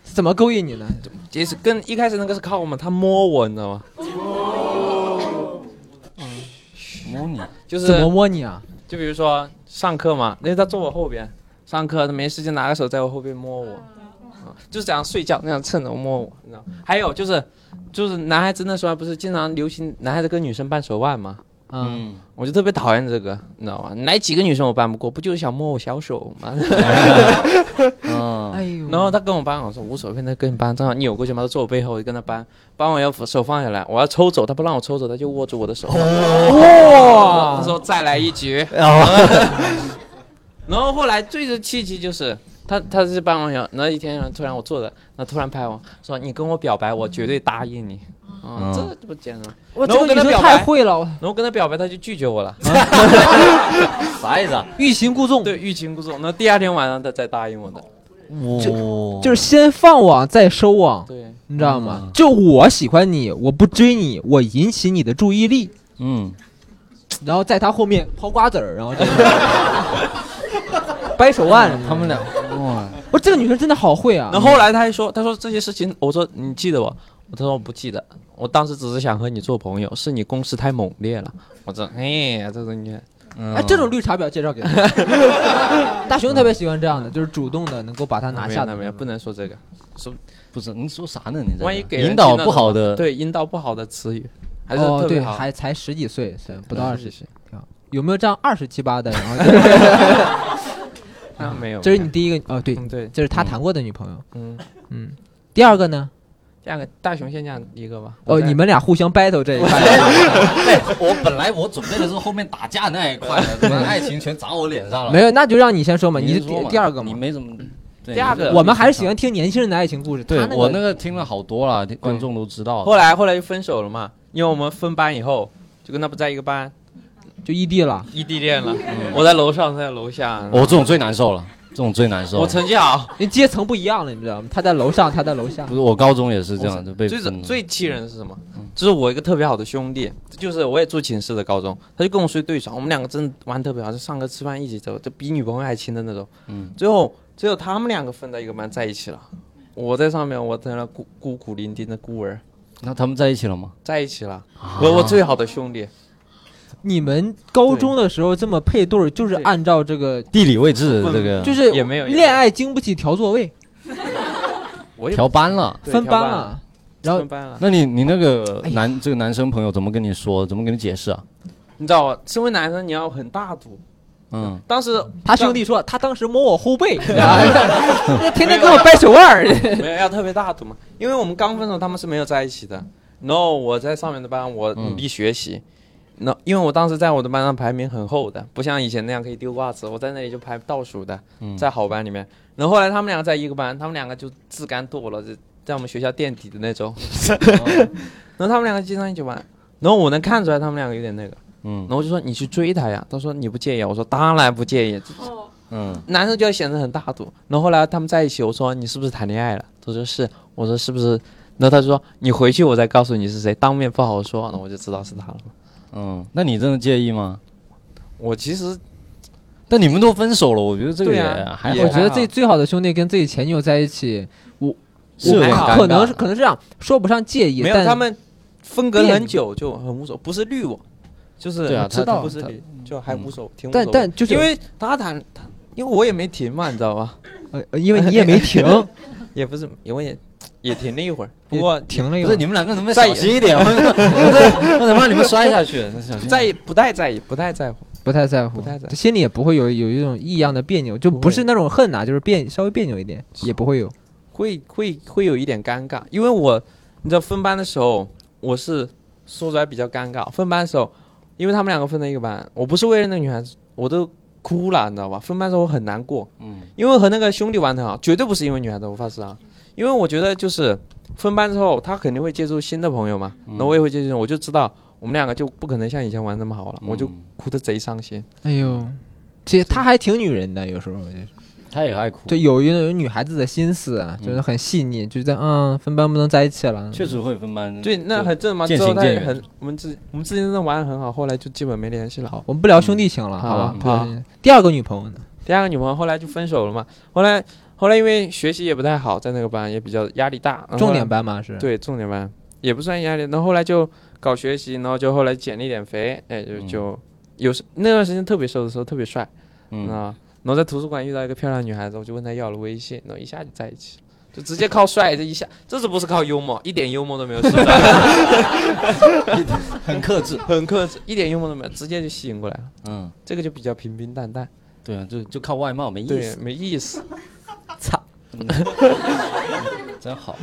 S1: 怎么勾引你呢？
S2: 也是跟一开始那个是靠嘛，他摸我，你知道吗？
S4: 摸你，
S2: 就是
S1: 怎么摸你啊？
S2: 就比如说上课嘛，因为他坐我后边，上课他没事就拿个手在我后边摸我，啊，就是这样睡觉那样蹭着摸我，你知道？还有就是，就是男孩子那时候还不是经常流行男孩子跟女生扳手腕嘛，
S1: 嗯，
S2: 我就特别讨厌这个，你知道吗？哪几个女生我扳不过，不就是想摸我小手吗？
S4: 嗯，
S1: 哎呦，
S2: 然后他跟我扳，我说无所谓，那跟你扳，正好扭过去嘛，他坐我背后，我就跟他扳，扳完以后手放下来，我要抽走，他不让我抽走，他就握住我的手，
S4: 哦
S2: 他
S1: 哇，
S2: 说再来一局。
S4: 哦
S2: 然后后来最是契机就是他他是班网友，然后一天突然我坐着，那突然拍我说你跟我表白，我绝对答应你。啊、
S4: 嗯
S2: 这不简单。
S1: 我
S2: 然后
S1: 这
S2: 我
S1: 个
S2: 跟
S1: 女生
S2: 他表
S1: 太
S2: 白，
S1: 会了，我
S2: 然后跟他表白，他就拒绝我了。
S4: 啥意思啊？
S1: 欲擒故纵，
S2: 对，欲擒故纵。那第二天晚上他才答应我的。
S4: 哇，
S1: 就是先放网再收网，
S2: 对，
S1: 你知道吗？就我喜欢你，我不追你，我引起你的注意力，
S4: 嗯，
S1: 然后在他后面抛瓜子儿，然后 这个掰手腕什么的。
S4: 他们俩哇，
S1: 我这个女生真的好会啊！
S2: 然后后来他还说，他说这些事情，我说你记得我，我他说我不记得，我当时只是想和你做朋友，是你攻势太猛烈了。我这哎，这东西
S4: 嗯
S1: 哎，这种绿茶婊介绍给他。 大熊特别喜欢这样的，就是主动的，能够把他拿下的那
S2: 没有没有，
S1: 种
S2: 不能说这个，
S4: 不是你说啥呢？你在这
S2: 万一给人
S4: 引导
S2: 听到
S4: 不好的，
S2: 对引导不好的词语，还是
S1: 哦，
S2: 特
S1: 对，
S2: 别好。
S1: 还才十几岁，是不到
S2: 对
S1: 二十
S2: 是
S1: 岁，挺好。有没有这样二十七八 的？然后就是
S2: 啊，没有，
S1: 这是你第一个哦，对，
S2: 嗯对，
S1: 这是他谈过的女朋友。
S2: 嗯，
S1: 嗯，第二个呢？
S2: 这样大熊先讲一个吧。
S1: 哦，
S2: 我再
S1: 你们俩互相 battle 这一块，
S4: 对，哎我本来我准备的是后面打架那一块的，怎么爱情全砸我脸上了？
S1: 没有，那就让你先说嘛，
S4: 你
S1: 你是
S4: 先说
S1: 第
S4: 嘛
S1: 第二个
S4: 你
S1: 嘛。
S4: 没怎么。对
S2: 第二个
S1: 我们还是喜欢听年轻人的爱情故事。
S4: 对
S1: 他
S4: 我那
S1: 个
S4: 个听了好多了，观众都知道。
S2: 后来后来就分手了嘛，因为我们分班以后就跟他不在一个班，
S1: 就异地了，
S2: 异地恋了。我在楼上，他在楼下。
S4: 我哦这种最难受了，这种最难受。
S2: 我成绩好，
S1: 因为阶层不一样了，你知道吗？他在楼上，他在楼下
S4: 不。是我高中也是这样，就被
S2: 最
S1: 啊
S4: 分了
S2: 最气人的是什么？
S1: 嗯
S2: 就是我一个特别好的兄弟，就是我也住寝室的高中，他就跟我睡对床，我们两个真的玩特别好，就上课吃饭一起走，就比女朋友还亲的那种。
S4: 嗯
S2: 最后只有他们两个分在一个班在一起了，我在上面，我在那孤孤苦伶仃的孤儿，
S4: 那他们在一起了吗？
S2: 在一起了。
S1: 啊
S2: 我我最好的兄弟，
S1: 你们高中的时候这么配对儿，就是按照这个，
S4: 地理位置这个
S1: 就是
S2: 嗯也没有也没有
S1: 恋爱经不起调座位，
S2: 我也
S4: 调班了。
S2: 对
S1: 分
S2: 调
S1: 班啊
S2: 班
S1: 了。然后
S2: 分班了。啊
S4: 那你你那个男、这个男生朋友怎么跟你说？怎么跟你解释啊？
S2: 你知道吧？身为男生，你要很大度。
S4: 嗯，
S2: 当时
S1: 他兄弟说，他当时摸我后 背，啊天天跟我掰手腕儿。
S2: 没有要特别大度嘛，因为我们刚分手，他们是没有在一起的。然后我在上面的班，我努力学习。那、因为我当时在我的班上排名很后的，不像以前那样可以丢挂子，我在那里就排倒数的，在好班里面。然后后来他们两个在一个班，他们两个就自甘堕落，就在我们学校垫底的那种。 然后他们两个经常一起玩，然后我能看出来他们两个有点那个。
S4: 嗯
S2: 然后我就说你去追他呀，他说你不介意啊，我说当然不介意，
S4: 嗯，
S2: 男生就要显得很大度。然后后来他们在一起，我说你是不是谈恋爱了？他说是。我说是不是？然后他说你回去我再告诉你是谁，当面不好说。那我就知道是他了。
S4: 嗯，那你真的介意吗？
S2: 我其实
S4: 但你们都分手了，我觉得这个
S2: 对
S4: 也
S2: 啊
S4: 还
S2: 也
S1: 我
S4: 好，
S1: 觉得自己最好的兄弟跟自己前女友在一起，
S4: 是有点尴尬
S1: 可能是可能是这样，说不上介意，
S2: 没有
S1: 但
S2: 他们分隔很久就很无所谓，不是绿我，就是
S4: 对啊
S2: 我
S4: 他
S2: 知道
S4: 他
S2: 不是你就还无所谓，挺无所
S1: 但
S2: 谓。
S1: 但就是
S2: 因为他谈，他因为我也没停嘛，你知道吧？
S1: 呃呃因为你也 没停，
S2: 也不是，因为也也停了一会儿，不过
S1: 停了一
S4: 不
S1: 会儿
S4: 是你们两个能不能
S2: 在
S4: 小心一点？ 我我怎么让你们摔下去？小心
S2: 在意不太在意，不太在乎。
S1: 不太在乎，
S2: 不太在乎
S1: 心里也不会有有一种异样的别扭，就不是那种恨呐、就是别稍微别扭一点，也不会有。
S2: 会会会有一点尴尬，因为我你知道分班的时候，我是说出来比较尴尬。分班的时候，因为他们两个分在一个班，我不是为了那个女孩子，我都哭了，你知道吧？分班的时候我很难过，
S4: 嗯，
S2: 因为和那个兄弟玩的好，绝对不是因为女孩子，我发誓啊，因为我觉得就是分班之后，他肯定会接触新的朋友嘛，
S4: 嗯
S2: 那我也会接触，我就知道我们两个就不可能像以前玩那么好了，我就
S4: 嗯
S2: 哭得贼伤心。
S1: 哎呦，其实她还挺女人的，有时候就是
S4: 他也爱哭，
S1: 对有一种女孩子的心思啊，就是很细腻，就在嗯分班不能在一起了，
S4: 确实会分班。
S2: 对，那很正常嘛，
S4: 渐
S2: 之后
S4: 行
S2: 他
S4: 渐
S2: 也
S4: 远
S2: 很，我们之我们之前真的玩的很好，后来就基本没联系了。
S1: 好，我们不聊兄弟情了，
S4: 嗯
S1: 好吧？
S2: 好
S1: 对第二个女朋友呢？
S2: 第二个女朋友后来就分手了嘛。后来后来因为学习也不太好，在那个班也比较压力大，然后
S1: 重点班嘛是？，
S2: 对重点班也不算压力。然后后来就搞学习，然后就后来减了一点肥，哎就
S4: 嗯
S2: 就有时那段时间特别瘦的时候特别帅啊、
S4: 嗯，
S2: 然后在图书馆遇到一个漂亮女孩子，我就问她要了微信，然后一下就在一起了。就直接靠帅，这一下，这是不是靠幽默？一点幽默都没有，是吧？
S4: 很克 制。
S2: 很克制，一点幽默都没有，直接就吸引过来了。
S4: 嗯，
S2: 这个就比较平平淡淡，
S4: 对啊，就就靠外貌没意
S2: 对，
S4: 思，
S2: 没意思。
S4: 真好。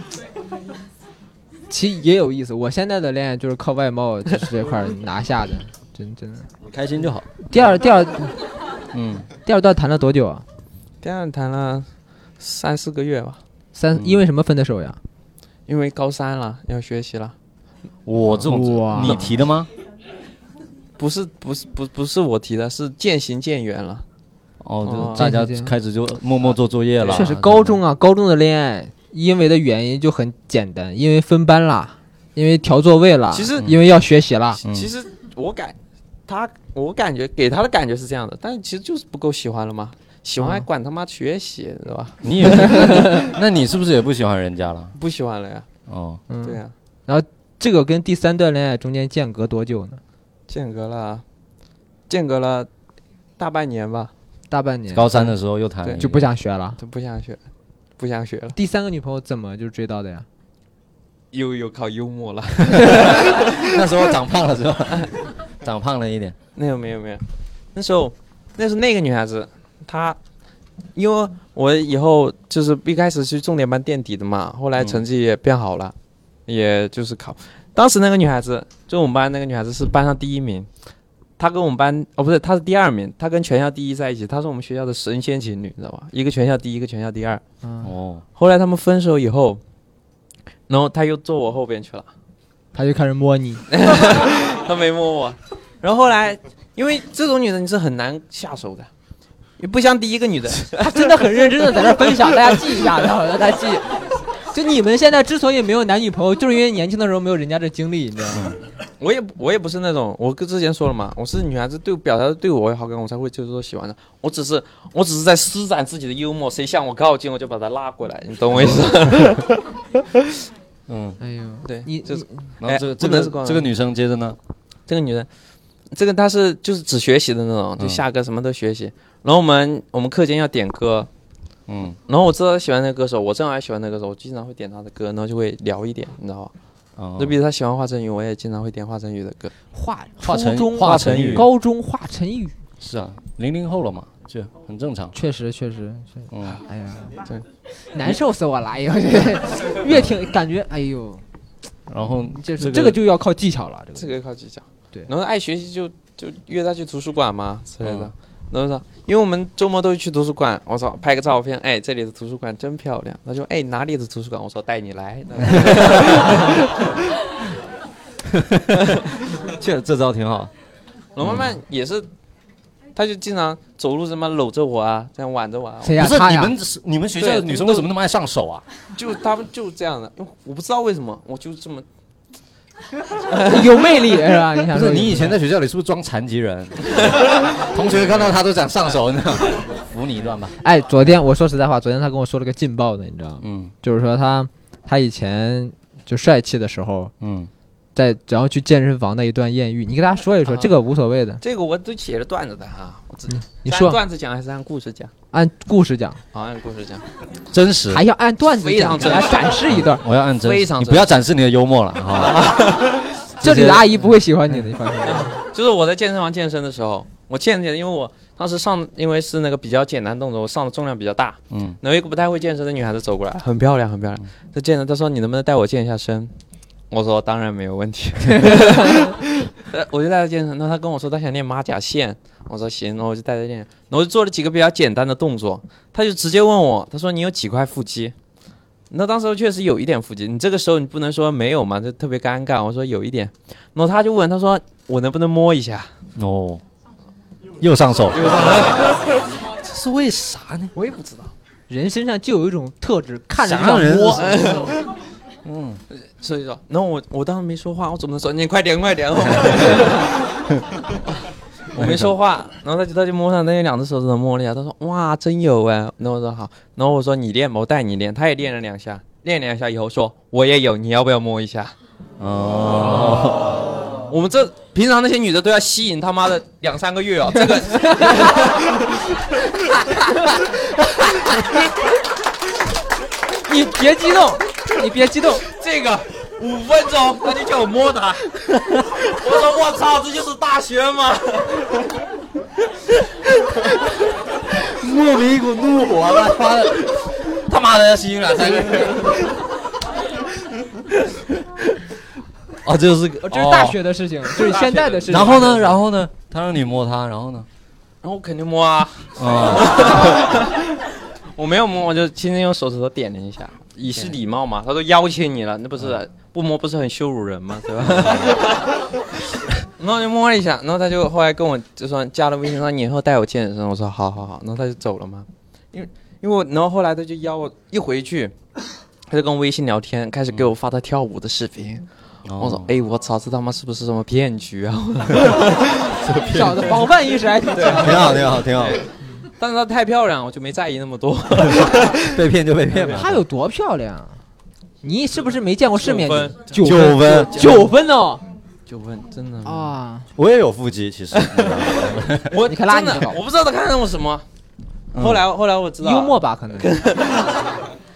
S1: 其实也有意思。我现在的恋爱就是靠外貌，就是这块儿拿下的，真真的。
S4: 开心就好。
S1: 第二第二
S4: 嗯，
S1: 第二段谈了多久啊？
S2: 第二谈了三四个月吧，
S1: 三因为什么分的手呀？
S2: 因为高三了，要学习了，
S4: 我这
S1: 哇
S4: 种你提的吗？
S2: 不是不是不不是我提的，是渐行渐远了。
S4: 哦
S2: 哦，
S4: 就大家
S1: 这样
S4: 开始就默默做作业了。
S1: 确实，高中啊，高中的恋爱因为的原因就很简单，因为分班啦，因为调座位啦，
S2: 其实
S1: 因为要学习啦。
S4: 嗯
S2: 其实我感他，我感觉给他的感觉是这样的，但是其实就是不够喜欢了嘛，喜欢还管他妈学习是吧？
S4: 你 也， 那你是不是也不喜欢人家了？
S2: 不喜欢了呀，
S4: 哦，
S1: 嗯，
S2: 对呀，
S1: 这个跟第三段恋爱中间间隔多久呢？
S2: 间隔了，间隔了大半年吧，
S1: 大半年，
S4: 高三的时候又谈了一个
S1: 就不想学了。
S2: 都不想学，不想学了，
S1: 第三个女朋友怎么就追到的呀？
S2: 又又靠幽默了。
S4: 那时候长胖了是吧？ 长胖了一点。
S2: 没有没有没有，那时候那是那个女孩子，她因为我以后就是一开始去重点班垫底的嘛，后来成绩也变好了，也就是考。当时那个女孩子，就我们班那个女孩子是班上第一名，她跟我们班哦不是，她是第二名，她跟全校第一在一起，她是我们学校的神仙情侣，你知道吧？一个全校第一，一个全校第二。
S1: 嗯，
S4: 哦，
S2: 后来他们分手以后，然后她又坐我后边去了，
S1: 他就开始摸你，
S2: 她没摸我。然后后来，因为这种女的你是很难下手的，也不像第一个女的，
S1: 他真的很认真的在那分享，大家记一下，然后让大家记。就你们现在之所以没有男女朋友，就是因为年轻的时候没有人家这经历，你知道吗？
S2: 我也不我也不是那种，我跟之前说了嘛，我是女孩子对我表达对我有好感，我才会就是说喜欢的。我只是我只是在施展自己的幽默，谁向我靠近，我就把她拉过来，你懂我意思？
S4: 嗯，
S1: 哎呦，
S2: 对，
S1: 你
S2: 就是
S1: 哎
S4: 然后这个
S2: 不
S4: 这
S2: 能是光
S4: 个这个女生接着呢，
S2: 这个女人，这个她是就是只学习的那种，就
S4: 嗯
S2: 下课什么都学习。然后我们我们课间要点歌，
S4: 嗯，
S2: 然后我知道她喜欢那个歌手，我正好也喜欢那个歌手，我经常会点她的歌，然后就会聊一点，你知道吧？
S4: 哦
S2: 就比如她喜欢华晨宇，我也经常会点华晨宇的歌。
S1: 华
S4: 华晨
S1: 初中
S4: 华晨宇
S1: 高中华晨宇，
S4: 是啊，零零后了嘛，这很正常，
S1: 确实确实，确实
S4: 嗯，
S1: 哎呀，
S2: 对，
S1: 难受死我了！哎呦， 这越听感觉，哎呦，
S4: 然后
S1: 这
S4: 这
S1: 这个就要靠技巧了，这个
S2: 这个靠技巧。
S1: 对
S2: 然后爱学习就就约他去图书馆嘛之类的。然后说，因为我们周末都去图书馆，我操，拍个照片，哎，这里的图书馆真漂亮。他说，哎，哪里的图书馆？我说带你来。
S4: 这这招挺好，
S2: 然后慢慢也是，他就经常走路什么搂着我啊，这样挽着我啊，
S1: 谁
S4: 不
S1: 呀？
S4: 是
S1: 他
S4: 你
S1: 呀？
S4: 们你们学校的女生为什么那么爱上 手啊？
S2: 就他们就这样的，我不知道为什么，我就这么，
S1: 有魅力是 吧？你想
S4: 不
S1: 说
S4: 是你以前在学校里是不是装残疾 人？同学看到他都想上手呢，服你一段吧。
S1: 哎，昨天我说实在话，昨天他跟我说了个劲爆的，你知道吗？
S4: 嗯
S1: 就是说他他以前就帅气的时候，
S4: 嗯，
S1: 在然后去健身房那一段艳遇，你跟大家说一说，
S2: 啊
S1: 这个无所谓的，
S2: 这个我都写了段子的哈，我自己
S1: 你
S2: 是按
S1: 说
S2: 段子讲还是按故事讲？
S1: 按故事讲，
S2: 好，按故事讲。
S4: 真实
S1: 还，要按段子
S2: 非
S1: 讲，
S2: 常
S1: 给大家
S2: 真实
S1: 展示一段，
S4: 我要按真实，
S2: 非常
S4: 你
S2: 真
S4: 不要展示你的幽默了啊！
S1: 这里的阿姨不会喜欢你的，你放心。
S2: 就是我在健身房健身的时候，我健健，因为我当时上，因为是那个比较简单动作，我上的重量比较大，
S4: 嗯，
S2: 然后一个不太会健身的女孩子走过来，很漂亮，很漂亮。她健身，她说你能不能带我健一下身？我说当然没有问题。呃我就带她健身，那她跟我说她想练马甲线，我说行，然后我就带她练，然后我就做了几个比较简单的动作，她就直接问我，她说你有几块腹肌？那当时确实有一点腹肌，你这个时候你不能说没有嘛，就特别尴尬。我说有一点，然后她就问，她说我能不能摸一下？
S4: 哦，又上手，这是为啥呢？
S2: 我也不知道。
S1: 人身上就有一种特质，看着
S4: 想
S1: 就想
S4: 让人
S1: 摸，
S4: 哦嗯，
S2: 所以说，然后我我当时没说话，我怎么说你快点快 点，我没说话，然后他就他就摸上那两只手指头摸了一下，他说哇真有哎，然后我说好，然后我说你练吧，我带你练，他也练了两下，练了两下以后说我也有，你要不要摸一下？
S4: 哦，
S2: 我们这平常那些女的都要吸引他妈的两三个月 哦，这个
S1: 你别激动，你别激动，
S2: 这个五分钟他就叫我摸他，我说我操，这就是大学吗？
S4: 莫名一股怒火，啊他妈 的，他妈的要吸引两三个月。哦，这就是
S1: 哦这是大学的事情，这是现在的事情。
S4: 然后呢？然后呢？他让你摸他，然后呢？
S2: 然后我肯定摸啊。
S4: 啊，
S2: 我没有摸，我就轻轻用手指头点了一下，以示礼貌嘛。他都邀请你了，那不是不摸不是很羞辱人 吗？对吧？然后就摸了一下，然后他就后来跟我就说加了微信，说你以后带我健身。我说好好好，然后他就走了嘛。因为因为我，然后后来他就邀我一回去， 他就跟我微信聊天，开始给我发他跳舞的视频。
S4: 哦
S2: 我说哎，我操，这他妈是不是什么骗局啊？
S1: 小子防范意识还挺强。
S4: 挺好，挺好，挺好，
S2: 但是她太漂亮，我就没在意那么多。
S4: 被骗就被骗吧。
S1: 她有多漂亮啊？你是不是没见过世面？
S2: 九
S4: 九分，
S1: 九分哦！
S2: 九分，真的
S1: 啊，
S4: 我也有腹肌，其实。
S2: 我
S1: 你看拉
S2: 真的
S1: 你就搞
S2: 我不知道他看上我什么。后来后来我知道
S1: 幽默，吧，可能。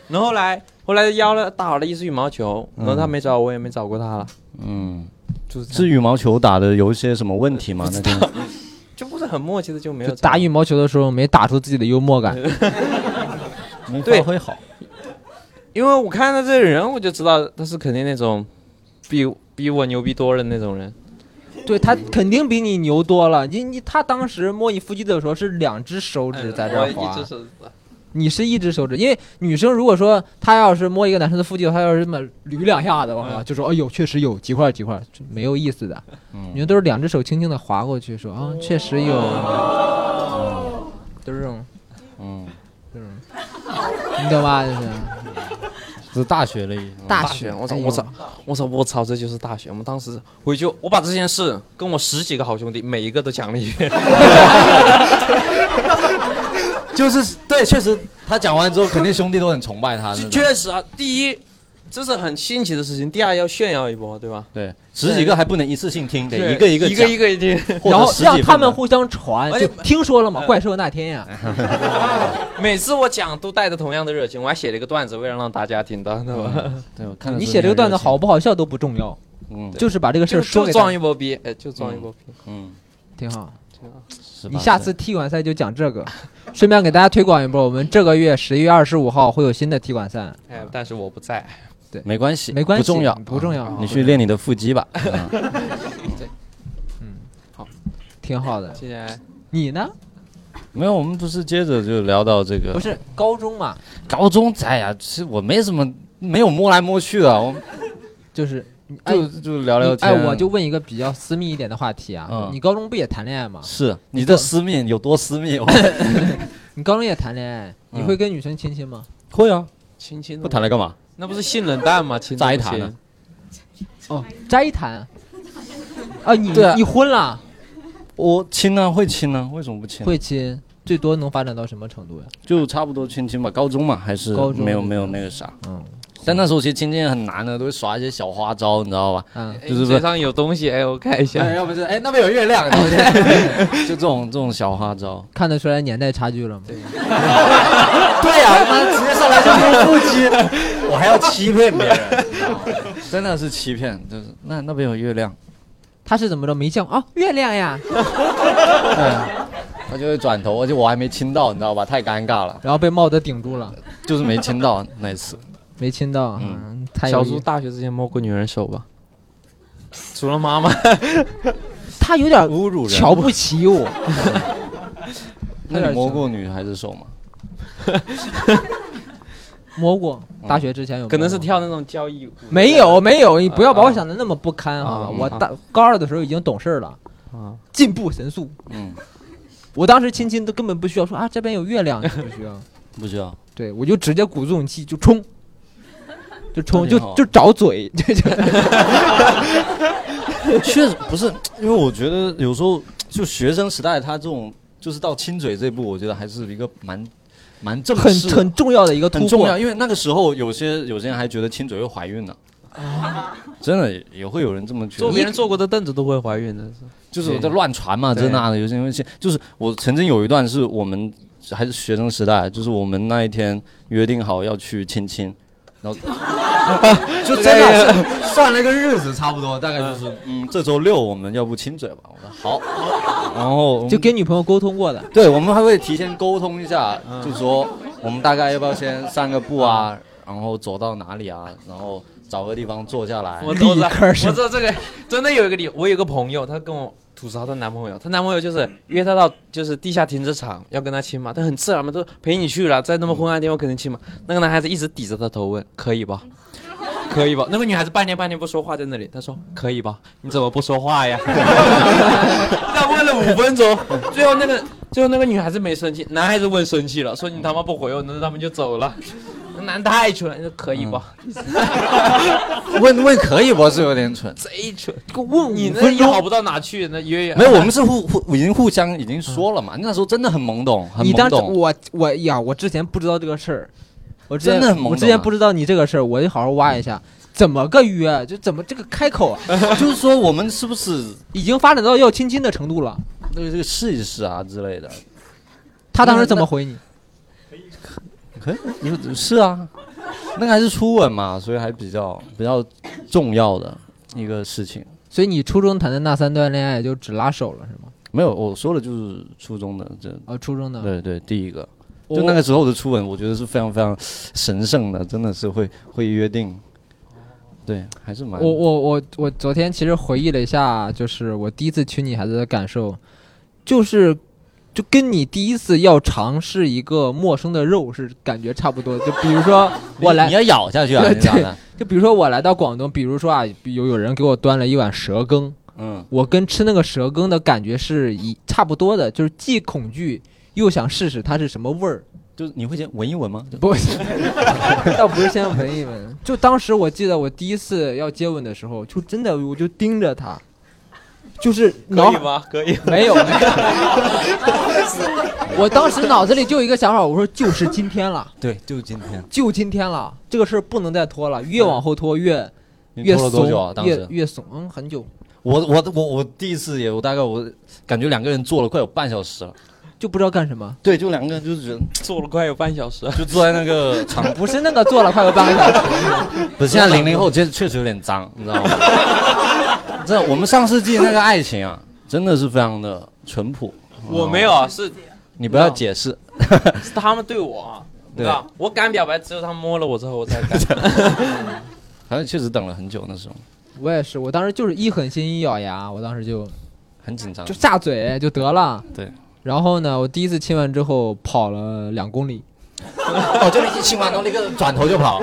S2: 然后后来后来邀了打好了一次羽毛球，然后他没找我，我也没找过他了，
S4: 嗯，
S2: 就是这样
S4: 是羽毛球打的有一些什么问题吗？那天
S2: 就不是很默契的就没有
S1: 就打
S2: 找
S1: 羽毛球的时候没打出自己的幽默感，
S4: 没
S2: 对
S4: 发挥好。
S2: 因为我看到这个人，我就知道他是肯定那种比比我牛逼多了那种人。
S1: 对他肯定比你牛多了。你你他当时摸你腹肌的时候是两只手指在这儿
S2: 哎我
S1: 划
S2: 一，只手
S1: 你是一只手指，因为女生如果说她要是摸一个男生的腹肌，她要是这么捋两下子，我
S2: 嗯
S1: 靠，就说哎呦，确实有几块几块，就没有意思的。
S4: 嗯
S1: 你们都是两只手轻轻的划过去，说啊，确实有，
S2: 嗯
S1: 都是这种
S4: 嗯，
S1: 这种，啊你懂吧？就是
S4: 这是 大学了已经。嗯
S1: 大
S2: 学，
S1: 学，
S2: 我操，
S1: 哎呦
S2: 我操，，我操，我操，这就是大学。我们当时回去，我把这件事跟我十几个好兄弟每一个都讲了一遍。
S4: 就是对，确实他讲完之后，肯定兄弟都很崇拜他。那种
S2: 确实啊，第一，这是很新奇的事情；第二，要炫耀一波，对吧？
S4: 对，十几个还不能一次性听，得
S2: 对
S4: 一个一个
S2: 一个
S4: 讲
S2: 一个一听。
S4: 或者
S1: 然后
S4: 十几
S1: 让
S4: 份
S1: 他们
S4: 的
S1: 互相传，
S2: 哎
S1: 就听说了吗？怪兽那天呀，
S2: 每次我讲都带着同样的热情，我还写了一个段子，为了让大家听到，对 吧？
S4: 对，我看得
S1: 你
S4: 出
S1: 写这个
S4: 很
S1: 段
S4: 热
S1: 子好不好笑都不重要，
S4: 情，嗯
S1: 就是把这个事
S2: 就
S1: 儿说
S2: 就
S1: 给
S2: 装
S1: 他，
S2: 一波逼，哎，就装一波逼。
S4: 嗯，
S1: 挺好。
S4: 是吧
S1: 你下次踢馆赛就讲这个，顺便给大家推广一波。我们这个月十一月二十五号会有新的踢馆赛，
S2: 哎，但是我不在，
S4: 没关系，
S1: 没关系，
S4: 不重要，嗯
S1: 不重要，
S4: 你去练你的腹肌吧。嗯
S1: 挺好的。
S2: 谢谢。
S1: 你呢？
S4: 没有，我们不是接着就聊到这个
S1: 不是高中嘛，
S4: 高中，哎呀，其实我没什么，没有摸来摸去的，我
S1: 就是哎
S4: 就就聊聊
S1: 你
S4: 天。
S1: 哎，我就问一个比较私密一点的话题啊
S4: 嗯，
S1: 你高中不也谈恋爱吗？
S4: 是你的私密有多私密？我
S1: 你高中也谈恋爱，你
S4: 嗯
S1: 会跟女生亲亲吗？
S4: 会啊，
S2: 亲亲的
S4: 不谈了干嘛？
S2: 那不是性冷淡吗？亲都不
S4: 咋一
S2: 亲
S4: 谈呢
S1: 哦，斋谈。啊，你
S4: 对啊
S1: 你婚了？
S4: 我亲啊，会亲啊，为什么不亲？
S1: 会亲，最多能发展到什么程度呀？
S4: 就差不多亲亲吧，高中嘛，还是
S1: 高中
S4: 没有没有那个啥。
S1: 嗯
S4: 但那时候其实亲亲很难的，都会耍一些小花招，你知道吧？
S1: 嗯，
S2: 哎
S4: 就
S2: 你
S4: 是说
S2: 嘴上有东西，哎，我看一下。
S4: 对，要不是哎那边有月亮，对不对 就这种这种小花 招。
S1: 看得出来年代差距了吗？
S4: 对呀、他妈啊直接上来就摸腹肌，我还要欺骗别人，真的是欺骗，就是那那边有月亮，
S1: 他是怎么着？没见过啊，月亮呀。
S4: 他就会转头，而且我还没亲到，你知道吧？太尴尬了，
S1: 然后被帽子顶住了，
S4: 就是没亲到那次。
S1: 没亲到。
S4: 嗯
S1: 嗯，太有
S2: 小
S1: 意
S2: 猪大学之前摸过女人手吧？除了妈妈，
S1: 他有点
S4: 侮辱人
S1: 瞧不起我。
S4: 那你摸过女孩子手吗？
S1: 摸过，大学之前有摸过，
S2: 可能是跳那种交谊舞。
S1: 没有没有，你不要把我想的那么不堪好吧？
S2: 啊
S1: 我
S2: 嗯
S1: 大高二的时候已经懂事了，
S2: 啊，
S1: 进步神速。
S4: 嗯，
S1: 我当时亲亲都根本不需要说啊，这边有月亮，不需要。
S4: 不需要。
S1: 对，我就直接鼓足勇气就冲，就冲，
S4: 那
S1: 就
S4: 挺好
S1: 就找嘴，就就
S4: 确实不是，因为我觉得有时候就学生时代，他这种就是到亲嘴这一步，我觉得还是一个蛮蛮正
S1: 很
S4: 式的
S1: 很重要的一个突
S4: 很
S1: 破。
S4: 重要，因为那个时候有些有些人还觉得亲嘴会怀孕呢。
S1: 啊
S4: 真的也也会有人这么觉
S2: 坐
S4: 得，
S2: 别人坐过的凳子都会怀孕的。是
S4: 就是我在乱传嘛，
S2: 对
S4: 这那的，有些人会信。就是我曾经有一段是我们还是学生时代，就是我们那一天约定好要去亲亲， 然后 就真的是算了一个日子，差不多大概就是嗯，这周六我们要不亲嘴吧？我说好，然后我们
S1: 就跟女朋友沟通过的，
S4: 对，我们还会提前沟通一下，就说我们大概要不要先散个步啊，然后走到哪里啊，然后找个地方坐下来。
S2: 我懂了，
S1: 立刻
S2: 我
S1: 是
S2: 知道这个真的有一个理由。我有一个朋友，她跟我吐槽她男朋友，她男朋友就是约她到就是地下停车场要跟她亲嘛，但很自然嘛，都陪你去了，在那么昏暗的地方肯定亲嘛。那个男孩子一直抵着她头问：“可以吧？ 可以吧？”那个女孩子半天半天不说话，在那里，她说：“可以吧？你怎么不说话呀？” 她问了五分钟，最后那个最后那个女孩子没生气，男孩子问生气了，说：“你他妈不回我，那他们就走了。”那男的太蠢了，你说可以吧？
S4: 问问可以不是有点蠢，
S2: 贼蠢。
S1: 问
S2: 你
S1: 五
S2: 那
S1: 分
S2: 也
S1: 钟
S2: 好不到哪去，那约约
S4: 没有，我们是互互已经互相已经说了嘛，那时候真的很懵懂，很
S1: 你
S4: 懵
S1: 当时
S4: 懂。
S1: 我我呀，我之前不知道这个事儿，我之前
S4: 真的很懵懂啊
S1: 我之前不知道你这个事儿，我得好好挖一下，怎么个约，就怎么这个开口啊，
S4: 就是说我们是不是
S1: 已经发展到要亲亲的程度了。
S4: 对这个试一试啊之类的？
S1: 他当时怎么回你？
S4: 可以，你说是啊，那个还是初吻嘛，所以还比较比较重要的一个事情。
S1: 所以你初中谈的那三段恋爱就只拉手了是吗？
S4: 没有，我说的就是初中的这，
S1: 哦，初中的，
S4: 对对，第一个。就那个时候的初吻，我觉得是非常非常神圣的，真的是会会约定，对，还是蛮
S1: 我我我我昨天其实回忆了一下，就是我第一次娶女孩子的感受，就是就跟你第一次要尝试一个陌生的肉是感觉差不多的。就比如 说我
S4: 你
S1: 来，
S4: 要咬下去啊，
S1: 对
S4: 你咋的？
S1: 就比如说我来到广东，比如说啊，有有人给我端了一碗蛇羹，
S4: 嗯，
S1: 我跟吃那个蛇羹的感觉是一差不多的，就是既恐惧又想试试它是什么味儿。
S4: 就是你会先闻一闻吗？
S1: 不， 倒不是先闻一闻。就当时我记得我第一次要接吻的时候，就真的我就盯着他，就是脑
S2: 可以吗？可以。
S1: 没有。 我当时脑子里就有一个想法，我说就是今天了，
S4: 对，哎就今天。
S1: 就今天了，这个事儿不能再拖了，越往后拖越
S4: 你
S1: 越
S4: 拖了多久啊？
S1: 怂，
S4: 当
S1: 越
S4: 时
S1: 越怂，嗯，很久。
S4: 我我我我第一次也，我大概我感觉两个人坐了快有半小时了。
S1: 就不知道干什么，
S4: 对，就两个人就是觉得
S2: 坐了快有半小时，
S4: 就坐在那 个场，
S1: 不是那个坐了快有半个小时，
S4: 不是现在零零后确确实有点脏，你知道吗？ 这我们上世纪那个爱情啊，真的是非常的淳朴。
S2: 我没有，啊，是
S4: 你不要解 释，
S2: 是他们对我啊，
S4: 对
S2: 对吧？我敢表白，只有他们摸了我之后，我 才敢。
S4: 好像确实等了很久，那时候
S1: 我也是，我当时就是一狠心一咬牙，我当时就
S4: 很紧
S2: 啊
S4: 张
S1: 就。下嘴就得了。
S4: 对。
S1: 然后呢，我第一次亲完之后跑了两公里。
S4: 哦，就是一亲完，然后立刻转头就跑。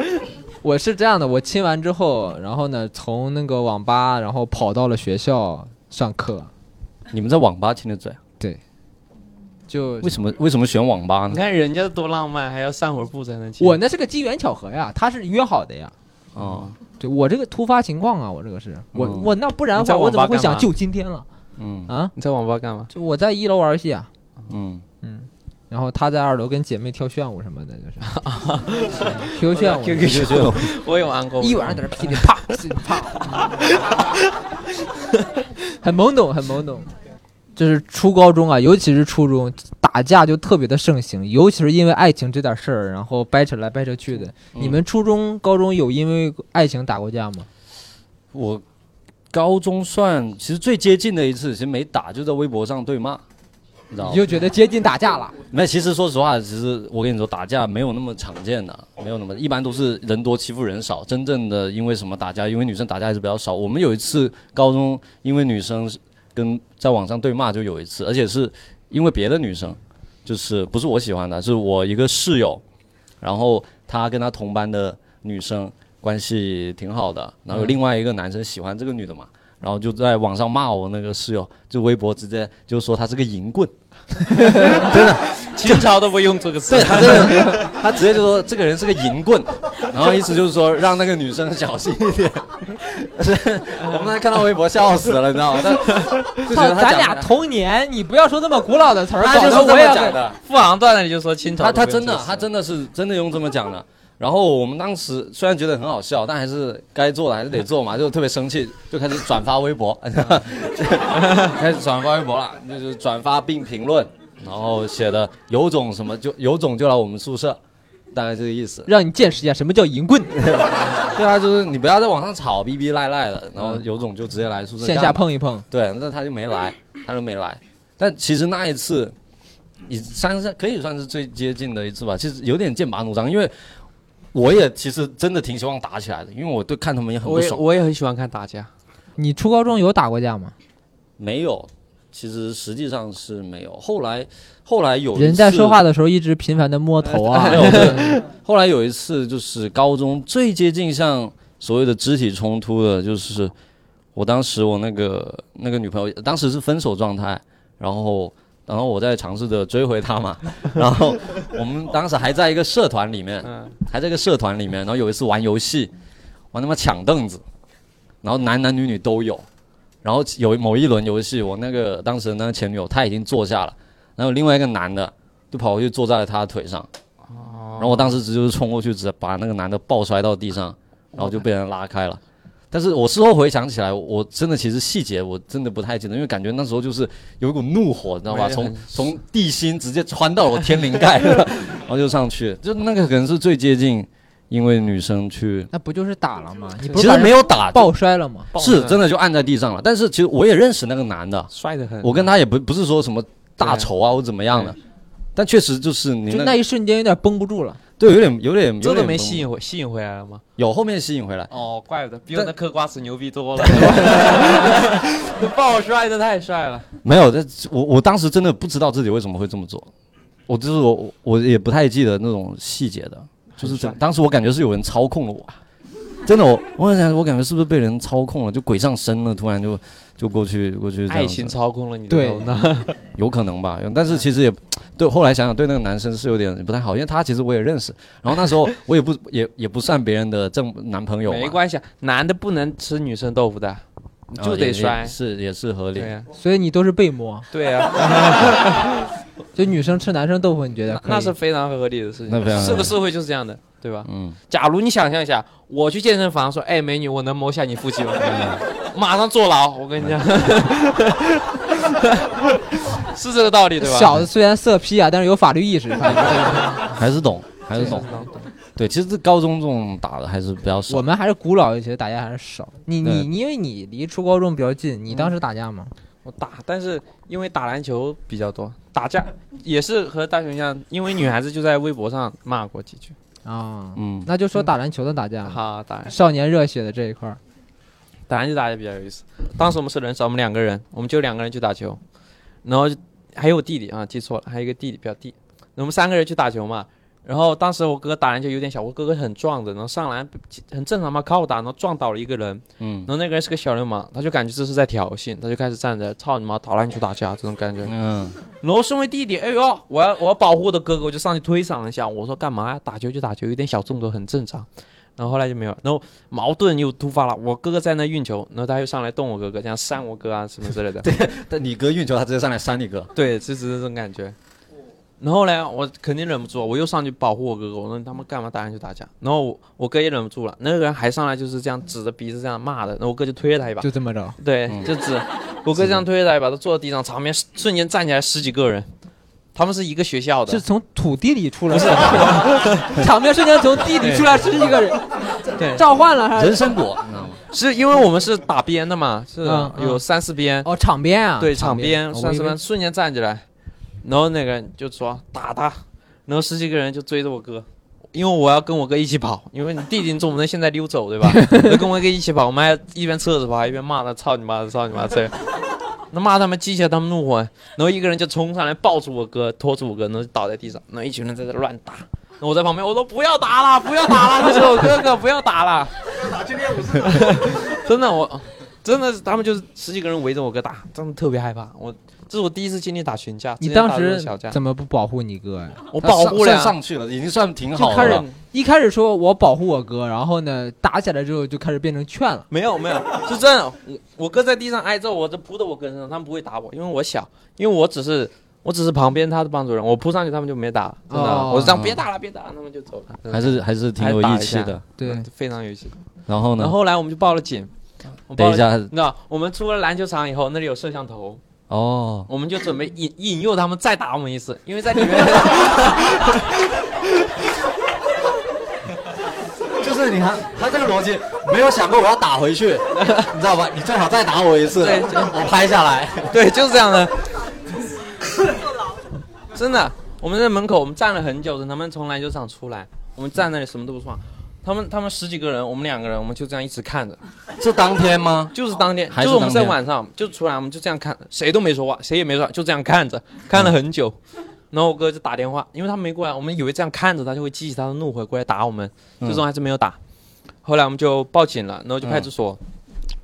S1: 我是这样的，我亲完之后，然后呢，从那个网吧，然后跑到了学校上课。
S4: 你们在网吧亲的嘴，
S1: 就
S4: 为什么为什么选网吧
S2: 你
S4: 呢？
S2: 看人家多浪漫，还要散会儿步才能亲。
S1: 我那是个机缘巧合呀，他是约好的呀。
S4: 哦，
S1: 对我这个突发情况啊，我这个是我、
S4: 嗯
S1: 我那不然的
S2: 你在
S1: 话，我
S2: 网吧
S1: 怎么会
S2: 干嘛
S1: 想就今天了
S4: 嗯
S1: 啊？
S2: 你在网吧干嘛？
S1: 就我在一楼玩游戏啊，
S4: 嗯，
S1: 然后他在二楼跟姐妹跳炫舞什么的，就是 Q 炫舞，
S4: 就就就
S2: 我 有
S4: 哦
S2: 玩过，
S1: 一晚上在那噼里 啪噼里啪， 很懵懂，很懵懂。就是初高中啊，尤其是初中，打架就特别的盛行，尤其是因为爱情这点事儿，然后掰扯来掰扯去的。
S4: 嗯
S1: 你们初中、高中有因为爱情打过架吗？
S4: 我高中算其实最接近的一次，其实没打，就在微博上对骂，你知道
S1: 你
S4: 吗？
S1: 就觉得接近打架了，
S4: 那其实说实话，其实我跟你说，打架没有那么常见的，没有那么一般都是人多欺负人少。真正的因为什么打架，因为女生打架还是比较少。我们有一次高中因为女生跟在网上对骂就有一次，而且是因为别的女生，就是不是我喜欢的，是我一个室友，然后她跟她同班的女生关系挺好的，然后有另外一个男生喜欢这个女的嘛，然后就在网上骂我那个室友，就微博直接就说她是个淫棍，
S2: 清朝都不用这个词
S4: 对。他真的，他直接就说这个人是个淫 棍，然后意思就是说让那个女生小心一点。我们当时看到微博笑死了，你知道吗？ 但就觉
S1: 操，
S4: 得他
S1: 咱
S4: 讲
S1: 俩
S4: 的
S1: 同年，你不要说那么古老的词儿，
S4: 他
S1: 搞
S4: 就
S1: 得
S4: 是这
S1: 我
S4: 么
S1: 也
S4: 讲
S1: 很
S4: 的，
S2: 富航段那里就说清朝
S4: 他
S2: 都不用
S4: 他
S2: 这个词。
S4: 真的他真的是真的用这么讲的。然后我们当时虽然觉得很好笑，但还是该做的还是得做嘛，就特别生气， 就开始转发微博， 开始转发微博了，就是转发并评论，然后写的有种什么就有种就来我们宿舍，大概这个意思。
S1: 让你见识一下什么叫淫棍，
S4: 对啊，就是你不要在网上吵逼逼赖赖的，然后有种就直接来宿 舍
S1: 嗯线下
S4: 干嘛。
S1: 碰一碰。
S4: 对，那他就没来，他就没来。但其实那一次，你算是可以算是最接近的一次吧。其实有点剑拔弩张，因为我也其实真的挺希望打起来的，因为我对看他们也很不
S2: 我也
S4: 爽。
S2: 我也很喜欢看打架。
S1: 你初高中有打过架吗？
S4: 没有，其实实际上是没有。后来后来有一
S1: 人在
S4: 次
S1: 说话的时候一直频繁的摸头啊
S4: 哎，呦对后来有一次就是高中最接近像所谓的肢体冲突的，就是我当时我那个那个女朋友当时是分手状态，然后然后我在尝试着追回她嘛， 然后我们当时还在一个社团里面，
S2: 嗯，
S4: 还在一个社团里面，然后有一次玩游戏，玩他妈抢凳子，然后男男女女都有，然后有某一轮游戏，我那个当时的那个前女友她已经坐下了，然后另外一个男的就跑过去坐在了她的腿上，哦然后我当时直接就是冲过去，直接把那个男的抱摔到地上，然后就被人拉开了。但是我事后回想起来，我真的其实细节我真的不太记得，因为感觉那时候就是有一股怒火，你知道吧？
S2: 没
S4: 从从地心直接穿到我天灵盖， 然后就上去，就那个可能是最接近，因为女生去，
S1: 那不就是打了吗？你不
S4: 其
S1: 是
S4: 实
S1: 把人
S4: 没有打，
S1: 抱摔了吗？
S4: 是真的就按在地上了。但是其实我也认识那个男的，
S1: 嗯
S2: 帅的很。
S4: 啊我跟他也不不是说什么大仇啊或怎么样的，但确实就是你
S1: 就那一瞬间有点绷不住了。
S4: 对有点有点
S2: 这都没吸
S4: 吸引，
S2: 引回吸引回来了吗？
S4: 有后面吸引回来。
S2: 哦，怪不得比
S4: 我
S2: 我
S4: 那
S2: 那嗑瓜子牛逼多了， 暴帅的太帅了。
S4: 没有，这我我当时真的不知道自己为什么会这么做，我就是我我我也不太记得那种细节的，就是这当时我感觉是有人操控了我，真的我我在想我感觉是不是被人操控了，就鬼上身了，突然就就过去过去这样
S2: 爱
S4: 子
S2: 情操控了你的
S1: 对
S2: 头 脑，
S4: 有可能吧，但是其实也对，后来想想对那个男生是有点不太好，因为他其实我也认识，然后那时候我也不也也不算别人的正男朋友嘛，
S2: 没关系，啊男的不能吃女生豆腐的，你
S4: 然后
S2: 就得
S4: 也哦也
S2: 摔。
S4: 是也啊是合理
S2: 对。啊呀，
S1: 所以你都是被摸，
S2: 对呀，
S1: 就女生吃男生豆腐，你觉得
S2: 那
S1: 可以
S2: 那是非常合理的事
S4: 那非常
S2: 情，是
S4: 合理
S2: 个社会就是这样的，对吧？
S4: 嗯，
S2: 假如你想象一下，我去健身房说：“哎，美女，我能摸下你腹肌吗？”
S4: 嗯
S2: 马上坐牢，我跟你讲， 是这个道理对吧？
S1: 小子虽然色批啊，但是有法律意识。反正
S4: 还是懂，还是懂。对，其实这高中这种打的还是比较少
S1: 我。们还是古老一些，打架还是少。你
S4: 对
S1: 你你因为你离初高中比较近，你当时打架吗？
S2: 我打，但是因为打篮球比较多，打架也是和大雄一样，因为女孩子就在微博上骂过几句，
S1: 啊，
S4: 嗯，
S1: 那就说打篮球的打架吧，
S2: 哈，打篮
S1: 少年热血的这一块儿，
S2: 打篮球打的比较有意思。当时我们是人少，我们两个人，我们就两个人去打球，然后就还有我弟弟啊，记错了，还有一个弟弟表弟，我们三个人去打球嘛。然后当时我哥打篮球有点小，我哥哥很壮的，然后上篮很正常嘛，靠打，然后撞倒了一个人，
S4: 嗯
S2: 然后那个人是个小流氓，他就感觉这是在挑衅，他就开始站着，操你妈，打篮球打架这种感觉。
S4: 嗯，
S2: 然后身为弟弟，哎呦，我要我要保护我的哥哥，我就上去推搡了一下。我说干嘛呀？打球就打球，有点小动作很正常。然后后来就没有了，然后矛盾又突发了。我哥哥在那运球，然后他又上来动我哥哥，这样扇我哥啊什么之类的。对
S4: 但你哥运球，他直接上来扇你哥。
S2: 对，就只是这种感觉。然后呢，我肯定忍不住，我又上去保护我哥哥。我说你他妈干嘛打篮球打架？然后我我哥也忍不住了，那个人还上来就是这样指着鼻子这样骂的。然后我哥就推了他一把，
S1: 就这么着。
S2: 对，就指我哥这样推了他一把，他坐在地上，场面瞬间站起来十几个人，他们是一个学校的
S1: 是。从土地里出来的， 场面瞬间从地里出来十几个人，
S2: 对
S1: 召唤了还
S4: 人
S1: 是？
S4: 参果，你知 道吗？
S2: 是因为我们是打边的嘛，是
S1: 嗯嗯
S2: 有三四边，
S1: 哦，场边啊，
S2: 对，场边
S1: 哦
S2: 三四
S1: 我以为
S2: 边瞬间站起来，然后那个人就说打他，然后十几个人就追着我哥，因为我要跟我哥一起跑，因为你弟弟你总不能现在溜走 对吧？我就跟我哥一起跑，我们还一边侧着跑还一边骂他，操你妈的，操你妈的，这样。那骂他们激起了他们怒火，然后一个人就冲上来抱住我哥，拖住我哥，然后就倒在地上，然后一群人在这乱打，然后我在旁边我说不要打了，不要打了，这是我哥哥，不要打了。
S5: 打去练武是吧？
S2: 真的我，真的是他们就是十几个人围着我哥打，真的特别害怕。我这是我第一次经历打群架，
S1: 你
S2: 之前打
S1: 当
S2: 过
S1: 时
S2: 小架，
S1: 怎么不保护你哥呀？
S2: 我保护了
S4: 他上
S2: 呀，
S4: 上去了，已经算挺
S1: 就
S4: 好
S1: 开
S4: 的
S1: 始
S4: 了。
S1: 一开始说我保护我哥，然后呢打起来之后就开始变成劝了。
S2: 没有没有，是真的。我我哥在地上挨揍，我就扑到我哥身上，他们不会打我，因为我小，因为我只是我只是旁边他的班主任，我扑上去他们就没打，真的。
S1: 哦
S2: 我是这样别打了别打了，他们就走了，真的
S4: 还是还是挺有义气的。
S1: 对，
S2: 非常有意思。
S4: 然后呢？
S2: 然后后来我们就报了警，我报
S4: 嗯等
S2: 了
S4: 一。下，
S2: 那我们出了篮球场以后，那里有摄像头，
S4: 哦，
S2: 我们就准备引引诱他们再打我们一次，因为在里 面
S4: 就是你看他这个逻辑，没有想过我要打回 去，你知道吧？你最好再打我一次，
S2: 对
S4: 我拍下来。
S2: 对，就是这样的。真的，我们在门口，我们站了很久，等他们从篮球场出来，我们站那里什么都不说。他们他们十几个人，我们两个人，我们就这样一直看着，
S4: 是当天吗？
S2: 就是当天，
S4: 还是
S2: 就是我们在
S4: 当天
S2: 晚上就出来，我们就这样看，谁都没说话，谁也没说话，就这样看着，看了很久。然后我哥就打电话，因为他没过来，我们以为这样看着他就会激起他的怒火过来打我们，
S4: 嗯
S2: 最终还是没有打。后来我们就报警了，然后就派出所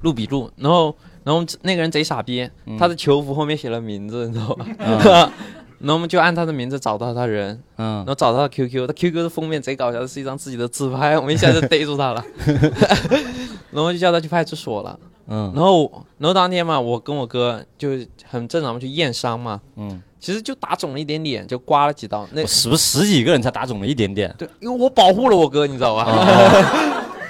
S2: 录笔录，然后然后那个人贼傻逼，嗯
S4: 嗯
S2: 他的球服后面写了名字，你知道吧？ 然后我们就按他的名字找到他人，
S4: 嗯
S2: 然，后找到他 QQ，他 QQ 的封面贼搞笑，是一张自己的自拍，我们一下就逮住他了， 然后就叫他去派出所了。
S4: 嗯
S2: 然后然后当天嘛，我跟我哥就很正常地去验伤嘛，
S4: 嗯，
S2: 其实就打肿了一点点，就刮了几刀。那
S4: 我是不是十几个人才打肿了一点点？
S2: 对，因为我保护了我哥，你知道吧？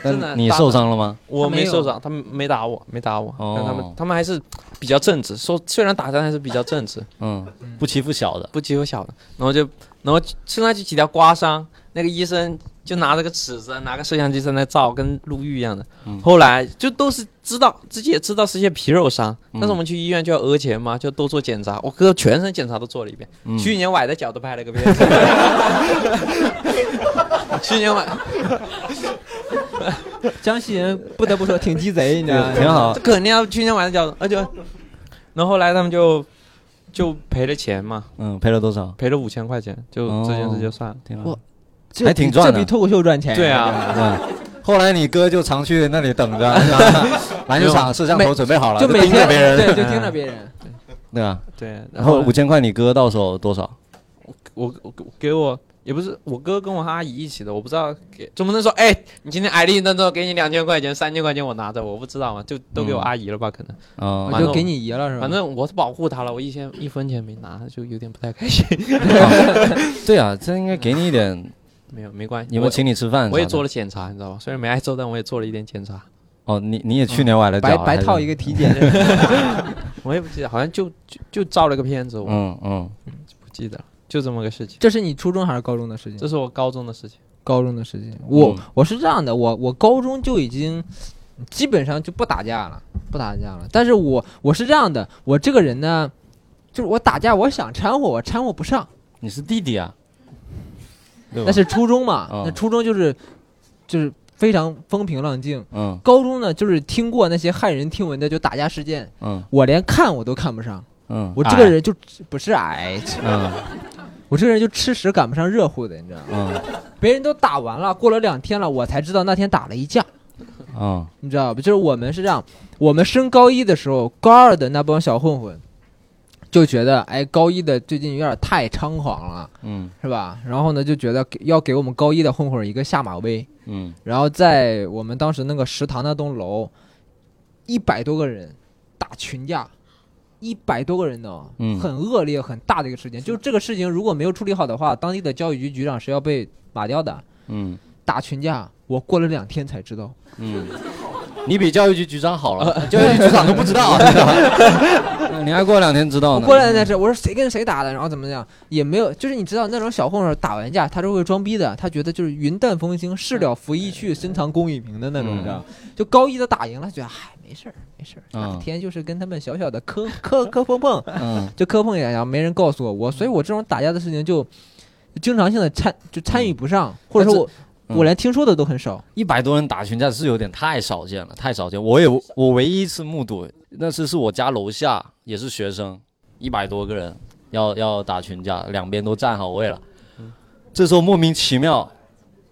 S2: 真的
S4: 哦那你受伤了吗？
S2: 我
S1: 他没
S2: 没
S1: 有
S2: 受伤，他们没打我，没打我。
S4: 哦
S2: 但他们他们还是比较正直，说虽然打但还是比较正直，
S4: 嗯，不欺负小的。
S2: 不欺负小的。然后就然后身上就几条刮伤，那个医生就拿着个尺子，拿个摄像机在那照，跟入狱一样的。后来就都是知道自己也知道是些皮肉伤，但是我们去医院就要讹钱嘛，就都做检查。我哥全身检查都做了一遍，
S4: 嗯
S2: 去年崴的脚都拍了个遍。去年崴，
S1: 江西人不得不说挺鸡贼，你知道吗？
S4: 挺好
S2: 这。肯定要去年崴的脚，而且，然后后来他们就就赔了钱嘛，
S4: 嗯，赔了多少？
S2: 赔了五千块钱，就这件事就算了。
S4: 挺
S1: 哇
S4: 好。
S1: 这
S4: 还挺赚的
S1: 这比脱口秀赚钱。
S2: 对，啊，
S4: 嗯。后来你哥就常去那里等 着，篮球场摄像头准备好了，
S1: 就每
S4: 盯着
S1: 天
S4: 别人，
S1: 对，就盯着别 人。
S4: 对啊。
S2: 对，
S4: 然后五千块你哥到手多少？
S2: 我我给我也不是我哥跟我阿姨一起的，我不知道给总不能说哎，你今天挨了一顿揍，给你两千块钱、三千块钱我拿着，我不知道嘛，就都
S4: 嗯
S2: 给我阿姨了吧，可能
S4: 哦
S1: 我，就给你爷了是吧？
S2: 反正我是保护她了，我一千一分钱没拿，就有点不太开心。
S4: 对啊，这应该给你一点，
S2: 没有没关系，
S4: 有没有
S2: 我
S4: 请你吃饭啥的？
S2: 我也做了检查，你知道吧？虽然没挨揍，但我也做了一点检查。
S4: 哦，你你也去年崴了脚
S1: 白
S4: 啊，
S1: 白套一个
S4: 个。
S1: 体检，
S2: 我也不记得，好像就就就照了个片子，我
S4: 嗯嗯，
S2: 不记得了，就这么个事情。
S1: 这是你初中还是高中的事情？
S2: 这是嗯我高中的事情。
S1: 高中的事情。我、我是这样的，我我高中就已经基本上就不打架了，不打架了。但是我我是这样的，我这个人呢，就是我打架，我想掺和，我掺和不上。
S4: 你是弟弟啊？对吧
S1: 那是初中嘛，
S4: 哦
S1: 那初中就是就是非常风平浪静。
S4: 嗯
S1: 高中呢，就是听过那些骇人听闻的就打架事件，
S4: 嗯
S1: 我连看我都看不上。
S4: 嗯，
S1: 我这个人就不是矮，
S4: 矮，嗯
S1: 我这个人就吃屎赶不上热乎的，你知道吗？
S4: 嗯
S1: 别人都打完了，过了两天了，我才知道那天打了一架。
S4: 嗯
S1: 你知道吧？就是我们是这样，我们升高一的时候，高二的那帮小混混就觉得，哎，高一的最近有点太猖狂了，
S4: 嗯
S1: 是吧？然后呢，就觉得给要给我们高一的混混一个下马威。
S4: 嗯
S1: 然后在我们当时那个食堂那栋楼，一百多个人打群架，一百多个人呢，
S4: 嗯
S1: 很恶劣、很大的一个事件。就这个事情如果没有处理好的话，当地的教育局局长是要被打掉的。
S4: 嗯
S1: 打群架，我过了两天才知道。
S4: 嗯， 你比教育局局长好了，教育局局长都不知道啊，真的。 你还过两天知道
S1: 我
S4: 呢？
S1: 过来那是我说谁跟谁打的，然后怎么样，也没有，就是你知道那种小混混打完架，他是会装逼的，他觉得就是云淡风轻，事了拂衣去，深藏功与名的那种，
S4: 嗯
S1: 你知道吗？ 就高一的打赢了，觉得嗨没事儿没事儿，
S4: 嗯
S1: 哪天就是跟他们小小的磕磕磕碰碰，
S4: 嗯
S1: 就磕碰一下，然后没人告诉我，我所以我这种打架的事情就经常性的参就参与不上，或者说我、
S4: 嗯
S1: 我连听说的都很少。
S4: 一百多人打群架是有点太少见了，太少见。我也我唯一一次目睹，那次是我家楼下也是学生，一百多个人要要打群架，两边都站好位了。这时候莫名其妙，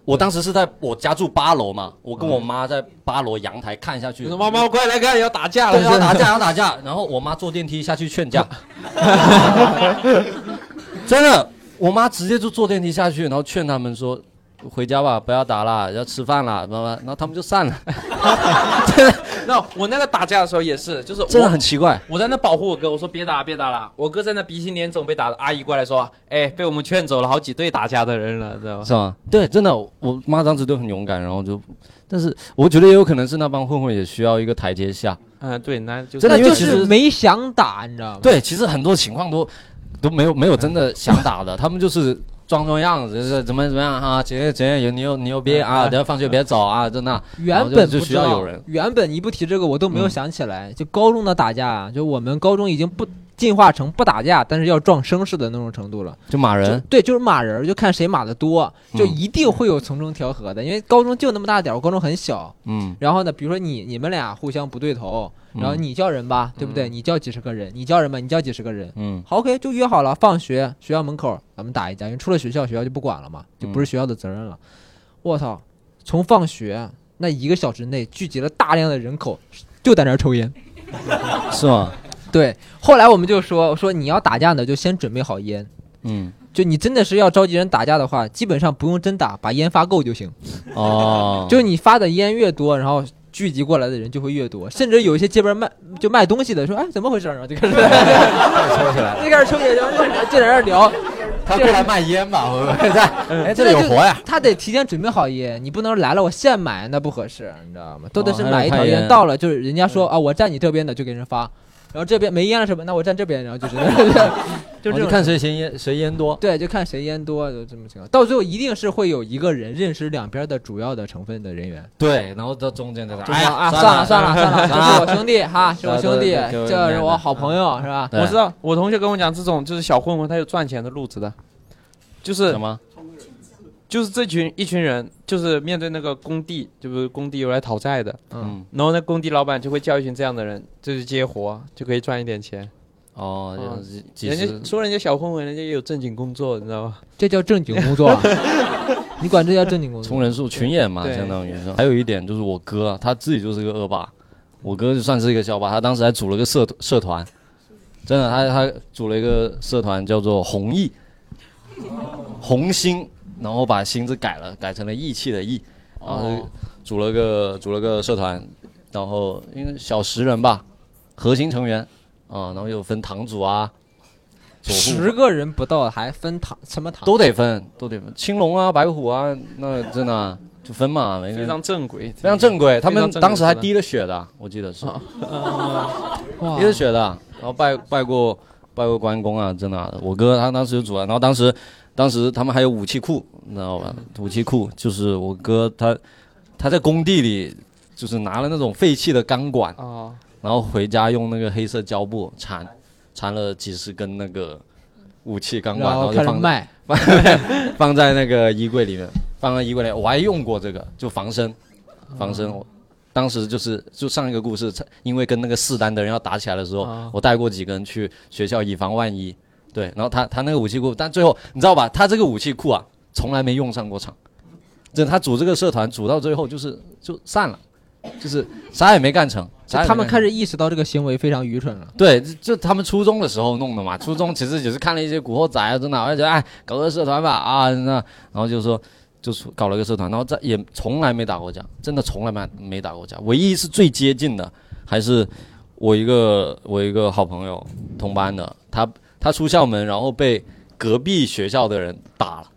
S4: 我当时是在我家住八楼嘛，我跟我妈在八楼阳台看下去，
S2: 你说嗯妈妈，快来看，要打架了！
S4: 对，要打架要打架，然后我妈坐电梯下去劝架， 真的，我妈直接就坐电梯下去，然后劝他们说。回家吧，不要打了，要吃饭了，妈妈，然后他们就散了，真的
S2: 那我那个打架的时候也是，就是
S4: 真
S2: 我
S4: 的很奇怪。
S2: 我在那保护我哥，我说别打别打了。我哥在那鼻青脸肿被打的，阿姨过来说，哎，被我们劝走了好几对打架的人了，知道吧？
S4: 是吧？对，真的，我妈当时都很勇敢，然后就，但是我觉得也有可能是那帮混混也需要一个台阶下。
S2: 嗯，对，那就
S4: 真
S1: 那
S4: 的因为
S1: 就
S4: 其
S1: 是
S4: 实
S1: 没想打，你知道吗？
S4: 对，其实很多情况都都没有没有真的想打的，他们就是装装样子，就是怎么怎么样啊，姐姐姐姐你又你又别啊，等下放学别走啊，真的。
S1: 原
S4: 然
S1: 本
S4: 后就
S1: 不
S4: 就需
S1: 知
S4: 要
S1: 道，
S4: 有人
S1: 原本你不提这个，我都没有
S4: 嗯
S1: 想起来。就高中的打架，就我们高中已经不进化成不打架，但是要撞声势的那种程度了。
S4: 就骂
S1: 就
S4: 人，
S1: 对，就是骂人儿，就看谁骂的多，就
S4: 嗯
S1: 一定会有从中调和的。因为高中就那么大点儿，我高中很小。
S4: 嗯
S1: 然后呢，比如说你你们俩互相不对头，然后
S4: 嗯
S1: 你叫人吧，对不对？你叫几十个人，你叫人吧，你叫几十个人。
S4: 嗯
S1: 好，OK，就约好了，放学学校门口咱们打一架，因为出了学校，学校就不管了嘛，就不是学校的责任了。我操、从放学那一个小时内聚集了大量的人口，就在那儿抽烟。
S4: 是吗？
S1: 对，后来我们就说说你要打架呢，就先准备好烟。
S4: 嗯
S1: 就你真的是要召集人打架的话，基本上不用真打，把烟发够就行。
S4: 哦，
S1: 就是你发的烟越多，然后聚集过来的人就会越多，甚至有一些街边卖就卖东西的说，哎，怎么回事儿？然后 就开始抽
S4: 起来，
S1: 就开始抽烟，然后就在那儿聊。
S4: 他过来卖烟吧，会不会在？哎，这
S1: 对
S4: 里
S1: 就
S4: 有活呀。
S1: 他得提前准备好烟，你不能来了我现买，那不合适，你知道吗？都得是买一条
S4: 哦还得
S1: 烟，
S4: 看烟
S1: 到了就是人家说啊，我站你这边的就给人发，然后这边没烟了是吧？那我站这边，然后就是 就是这
S4: 哦
S1: 种
S4: 就看谁嫌烟谁烟多。
S1: 对，就看谁烟多，就这么情况。到最后一定是会有一个人认识两边的主要的成分的人员。
S4: 对，然后到中间的人，
S1: 哎
S4: 呀
S1: 啊，算了算了算了，这是我兄弟哈，是我兄弟
S4: 对对，对
S1: 这是我好朋友是吧？
S4: 对
S2: 我知道，我同学跟我讲，这种就是小混混，他有赚钱的路子的，就是
S4: 什么？
S2: 就是这群一群人，就是面对那个工地，就不是工地有来讨债的，
S1: 嗯，
S4: 嗯，
S2: 然后那工地老板就会叫一群这样的人，就是接活，就可以赚一点钱。
S4: 哦，
S2: 嗯
S4: 就是几
S2: 人
S4: 十
S2: 家说人家小混混，人家也有正经工作，你知道吗？
S1: 这叫正经工作 啊，你管这叫正经工
S4: 冲
S1: 作？
S4: 人数群演嘛，
S2: 对
S4: 相当于是。还有一点就是我哥啊，他自己就是个恶霸，我哥就算是一个校霸，他当时还组了个社社团，真的，他他组了一个社团叫做红翼，红星，然后把星字改了，改成了义气的义，然后就组了个组了个社团，然后应该小十人吧，核心成员啊、然后又分堂组啊，左护
S1: 十个人不到还分堂什么堂？
S4: 都得分，都得分，青龙啊，白虎啊，那真的啊、就分嘛，每个
S2: 非
S4: 人
S2: 常正规，
S4: 非常正规，他们
S2: 非常正规
S4: 当时还
S2: 是吧哦
S4: 滴了血的，我记得是
S1: 哇
S4: 滴了血的，然后拜拜过拜过关公啊，真的啊、我哥他当时就煮了，然后当时当时他们还有武器库，你知道吧？
S2: 嗯
S4: 武器库就是我哥他他在工地里就是拿了那种废弃的钢管，
S2: 啊。
S4: 然后回家用那个黑色胶布缠缠了几十根那个武器钢管，
S1: 然
S4: 然后
S1: 后
S4: 就
S1: 开始
S4: 放在
S1: 卖，
S4: 放 放在那个衣柜里面，放在衣柜里面，我还用过这个，就防身，防身。我当时就是就上一个故事，因为跟那个四单的人要打起来的时候，
S2: 啊
S4: 我带过几个人去学校以防万一。对，然后他他那个武器库，但最后你知道吧，他这个武器库啊，从来没用上过场。真的，他组这个社团组到最后就是就散了，就是啥也没干成。
S1: 就
S4: 啥也没
S1: 他们
S4: 干成
S1: 开始意识到这个行为非常愚蠢了。
S4: 对，这这他们初中的时候弄的嘛，初中其实也是看了一些《古惑仔》啊，真的，我就觉得哎，搞个社团吧啊，那然后就说就出搞了个社团，然后再也从来没打过架，真的从来没没打过架，唯一是最接近的还是我一个我一个好朋友同班的，他他出校门然后被隔壁学校的人打了，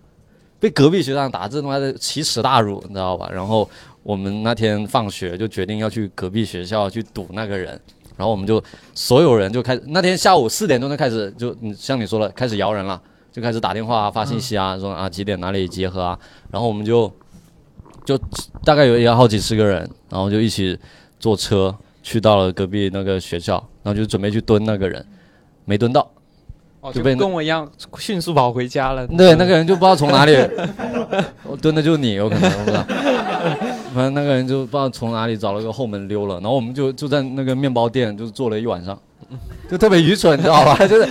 S4: 被隔壁学校打，这他妈的奇耻大辱，你知道吧？然后我们那天放学就决定要去隔壁学校去堵那个人。然后我们就所有人就开始，那天下午四点钟就开始，就你像你说了，开始摇人了，就开始打电话啊、发信息啊，说啊几点哪里集合啊，然后我们就就大概有也好几十个人，然后就一起坐车去到了隔壁那个学校，然后就准备去蹲那个人，没蹲到，
S2: 哦，
S4: 就
S2: 就
S4: 被那
S2: 跟我一样，迅速跑回家了。嗯
S4: 对，那个人就不知道从 哪里，我蹲的就是你，有可能我 不知道。反正那个人就不知道从哪里找了个后门溜了，然后我们就就在那个面包店就坐了一晚上，就特别愚蠢，你知道 吧？就是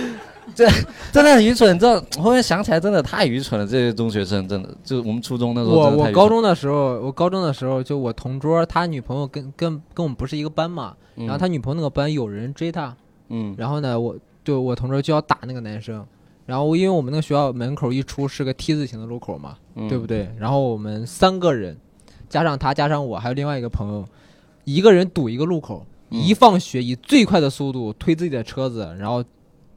S4: 这真的很愚蠢，这我后面想起来真的太愚蠢了，这些中学生真的就是我们初中那时候
S1: 我
S4: 真的太
S1: 我
S4: 愚蠢嗯
S1: 高中的时候，我高中的时候就我同桌，他女朋友跟跟跟我们不是一个班嘛，然后他女朋友那个班有人追他，
S4: 嗯
S1: 然后呢，我就我同桌就要打那个男生，然后因为我们那个学校门口一出是个 T 字形的路口嘛，
S4: 嗯
S1: 对不对？然后我们三个人，加上他，加上我，还有另外一个朋友，一个人堵一个路口，
S4: 嗯
S1: 一放学以最快的速度推自己的车子，然后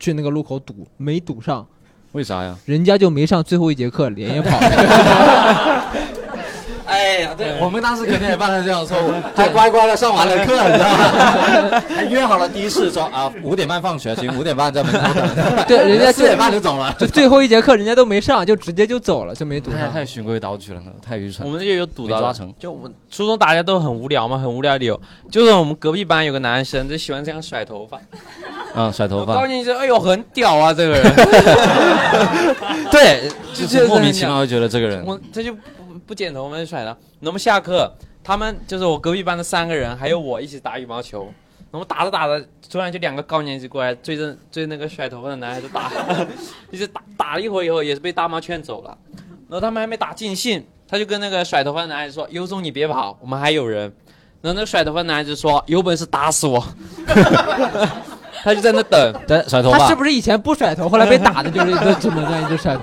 S1: 去那个路口堵，没堵上，
S4: 为啥呀？
S1: 人家就没上最后一节课，连夜跑。
S4: 哎呀，对，我们当时肯定也犯了这样的错误，还乖乖的上完了课，你知道 吗？还约好了第一次说啊五点半放学，行，五点半在门 口等。
S1: 对人家就
S4: 四点半就走了，哎
S1: 就最后一节课人家都没上，就直接就走了，就没堵
S4: 太
S1: 上。
S4: 太循规蹈矩了，太愚蠢
S2: 我
S4: 了。
S2: 们也有堵
S4: 没
S2: 到
S4: 抓
S2: 的
S4: 成
S2: 就我们初中大家都很无聊嘛，很无聊的理由，就是我们隔壁班有个男生就喜欢这样甩头发，
S4: 啊，甩头
S2: 高
S4: 发，
S2: 进去，哎呦，很屌啊，这个人，
S4: 对，
S2: 就
S4: 就是莫名
S2: 很
S4: 其
S2: 屌
S4: 妙就觉得这个人，
S2: 我他就不不剪头，我们就甩了。那么下课，他们就是我隔壁班的三个人，还有我一起打羽毛球。然后打着打着，突然就两个高年级过来追着追那个甩头发的男孩子打，一直打打了一会儿以后，也是被大妈劝走了。然后他们还没打尽兴，他就跟那个甩头发的男孩子说：“有种你别跑，我们还有人。”然后那个甩头发的男孩子说：“有本事打死我！” 他就在那等，
S4: 但甩头
S1: 他是
S4: 发，
S1: 不是以前不甩头，后来被打的就是就只能这样 一直甩头？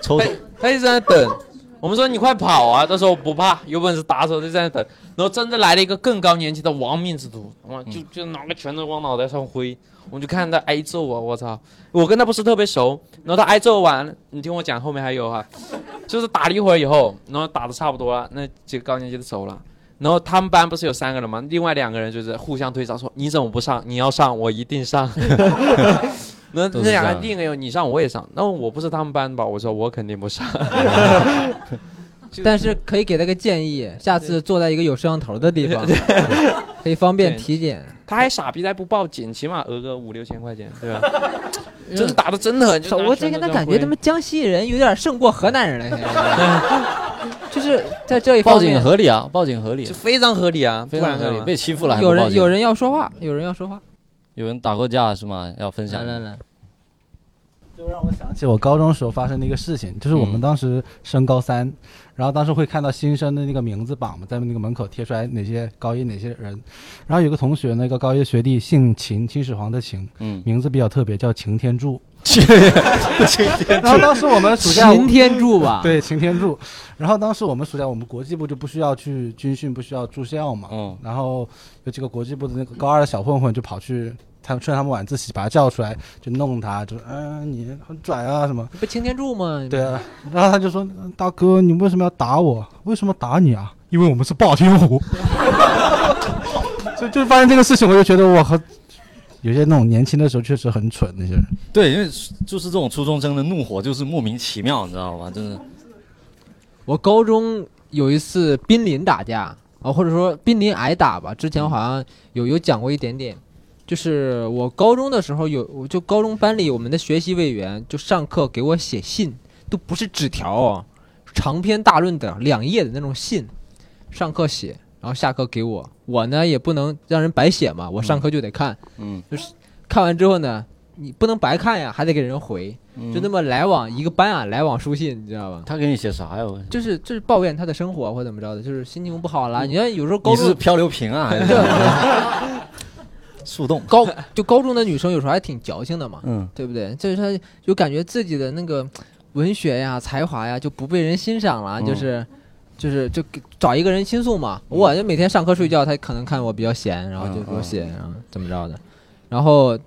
S4: 抽
S2: 他他一直在那等。我们说你快跑啊！他说我不怕，有本事打死我，就在那等。然后真的来了一个更高年级的亡命之徒，哇，就就拿个拳头往脑袋上挥，我们就看他挨揍啊！我操，我跟他不是特别熟，然后他挨揍完，你听我讲，啊后面还有哈、就是打了一会儿以后，然后打的差不多了，那几个高年级的走了，然后他们班不是有三个人吗？另外两个人就是互相推搡，说你怎么不上？你要上，我一定上。 那
S4: 都
S2: 那
S4: 是这
S2: 两个
S4: 样
S2: 人另一个有你上我也上，那我不是他们班吧？我说我肯定不上。
S1: 但是可以给他个建议，下次坐在一个有摄像头的地方，可以方便
S2: 对
S1: 体检。
S2: 他还傻逼再不报警，起码讹个五六千块钱，对吧？真是打的真的很，就拿
S1: 嗯我
S2: 拳
S1: 这个那
S2: 头这样
S1: 感觉
S2: 挥
S1: 他妈江西人有点胜过河南人了，现在 就是在这一
S4: 报
S1: 方
S4: 警
S1: 面，
S4: 合理啊，报警合理
S2: 这，非常合理啊，
S4: 非
S2: 不
S4: 常
S2: 然
S4: 合
S2: 干
S4: 理。
S2: 嘛
S4: 被欺负了还不
S1: 有
S4: 报
S1: 人
S4: 警？
S1: 有人要说话，有人要说话。
S4: 有人打过架是吗？要分享
S3: 来来来，
S6: 就让我想起我高中时候发生的一个事情，就是我们当时升高三，然后当时会看到新生的那个名字榜嘛，在那个门口贴出来哪些高一哪些人，然后有个同学，那个高一学弟姓秦，秦始皇的秦，
S4: 嗯
S6: 名字比较特别，叫擎天 柱。擎天柱。然后当时我们暑假
S1: 擎天柱 吧，
S6: 对擎天柱，然后当时我们暑假我们国际部就不需要去军训，不需要住校嘛，
S4: 嗯
S6: 然后有几个国际部的那个高二的小混混就跑去他们趁他们晚自习把他叫出来，就弄他，就嗯、你很拽啊什么，
S1: 不擎天柱吗？
S6: 对啊，然后他就说大哥你为什么要打我？为什么打你啊？因为我们是霸天虎。就就发现这个事情，我就觉得我和有些那种年轻的时候确实很蠢那些人。
S4: 对，因为就是这种初中生的怒火就是莫名其妙，你知道吗？就是
S1: 我高中有一次濒临打架啊，或者说濒临挨打吧。之前好像有有讲过一点点，就是我高中的时候有，我就高中班里我们的学习委员就上课给我写信，都不是纸条哦，长篇大论的两页的那种信，上课写，然后下课给我。我呢也不能让人白写嘛，我上课就得看，
S4: 嗯，
S1: 看完之后呢，你不能白看呀，还得给人回，就那么来往一个班啊，来往书信，你知道吧？
S4: 嗯他给你写啥呀？我
S1: 就是就是抱怨他的生活或怎么着的，就是心情不好啦。你看有时候高
S4: 嗯你是
S1: 中
S4: 漂流瓶啊，还是树洞？
S1: 高就高中的女生有时候还挺矫情的嘛，
S4: 嗯，
S1: 对不对？就是她就感觉自己的那个文学呀、才华呀就不被人欣赏了，
S4: 嗯
S1: 就是就是就给找一个人倾诉嘛。我就每天上课睡觉，她可能看我比较闲，然后
S4: 嗯
S1: 就给我写，然后怎么着的，然后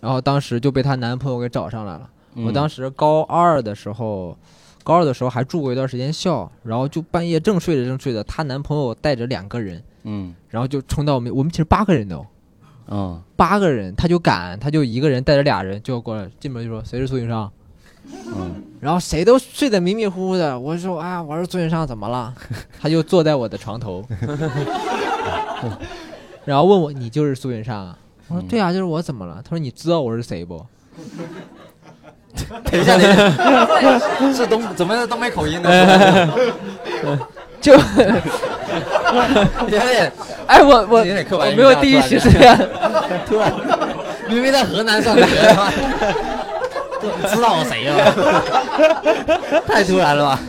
S1: 然后当时就被她男朋友给找上来了。我当
S4: 时
S1: 时高二的时候，高二的时候还住过一段时间校，然后就半夜正睡着正睡着，她男朋友带着两个人，
S4: 嗯
S1: 然后就冲到我们，我们其实八个人呢、哦，
S4: 嗯，
S1: 八个人，他就敢，他就一个人带着俩人就过来，进门就说谁是苏云裳，
S4: 嗯
S1: 然后谁都睡得迷迷糊糊的，我就说啊，我是苏云裳，怎么了？ 他就坐在我的床头，然后问我你就是苏云裳啊？我说对啊，就是我怎么了？他说你知道我是谁不？
S4: 等一下，等一下， 是东怎么东北口音 呢？
S1: 就
S4: 有点
S1: 哎我我
S4: 有点刻板
S1: 我
S4: 印
S1: 没有
S4: 象
S1: 第一
S4: 突然
S1: 时
S4: 间
S1: 间。
S4: 突然，明明在河南上学，知道我 谁了？太突然了吧？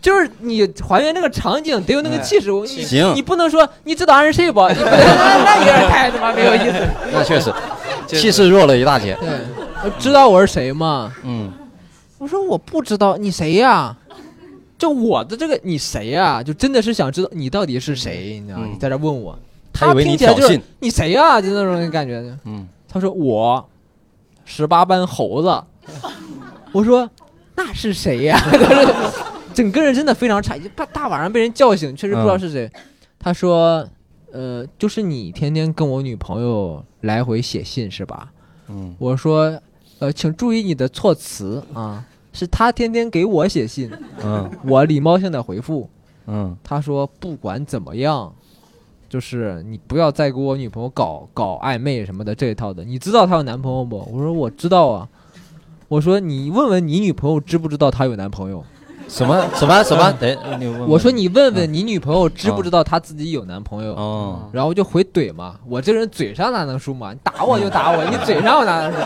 S1: 就是你还原那个场景得有那
S4: 哎
S1: 个气势，我你
S4: 行
S1: 你不能说你知道俺是谁不？你 不那有点太他妈没有意思了。
S4: 那确实，气势弱了一大截。
S1: 对， 我知道我是谁吗？
S4: 嗯，
S1: 我说我不知道，你谁呀、就我的这个你谁呀、就真的是想知道你到底是谁，你知道吗？
S4: 嗯
S1: 你在这问我，
S4: 他以为
S1: 听
S4: 你
S1: 起来
S4: 挑
S1: 就是
S4: 衅，
S1: 你谁呀、就那种感觉。
S4: 嗯，
S1: 他说我十八班猴子， 我说那是谁呀、 就是整个人真的非常差，大大晚上被人叫醒，确实不知道是谁。他说，呃，就是你天天跟我女朋友来回写信是吧？
S4: 嗯，
S1: 我说，呃，请注意你的措辞啊，是他天天给我写信，
S4: 嗯
S1: 我礼貌性的回复。
S4: 嗯
S1: 他说不管怎么样，就是你不要再给我女朋友搞搞暧昧什么的这一套的。你知道她有男朋友不？我说我知道啊。我说你问问你女朋友知不知道她有男朋友？
S4: 什么什么什么？等你问嗯
S1: 我说你问问你女朋友知不知道她自己有男朋友？
S4: 哦，
S1: 然后就回怼嘛，我这人嘴上哪能输嘛？你打我就打
S4: 嗯
S1: 我，你嘴上我哪能输？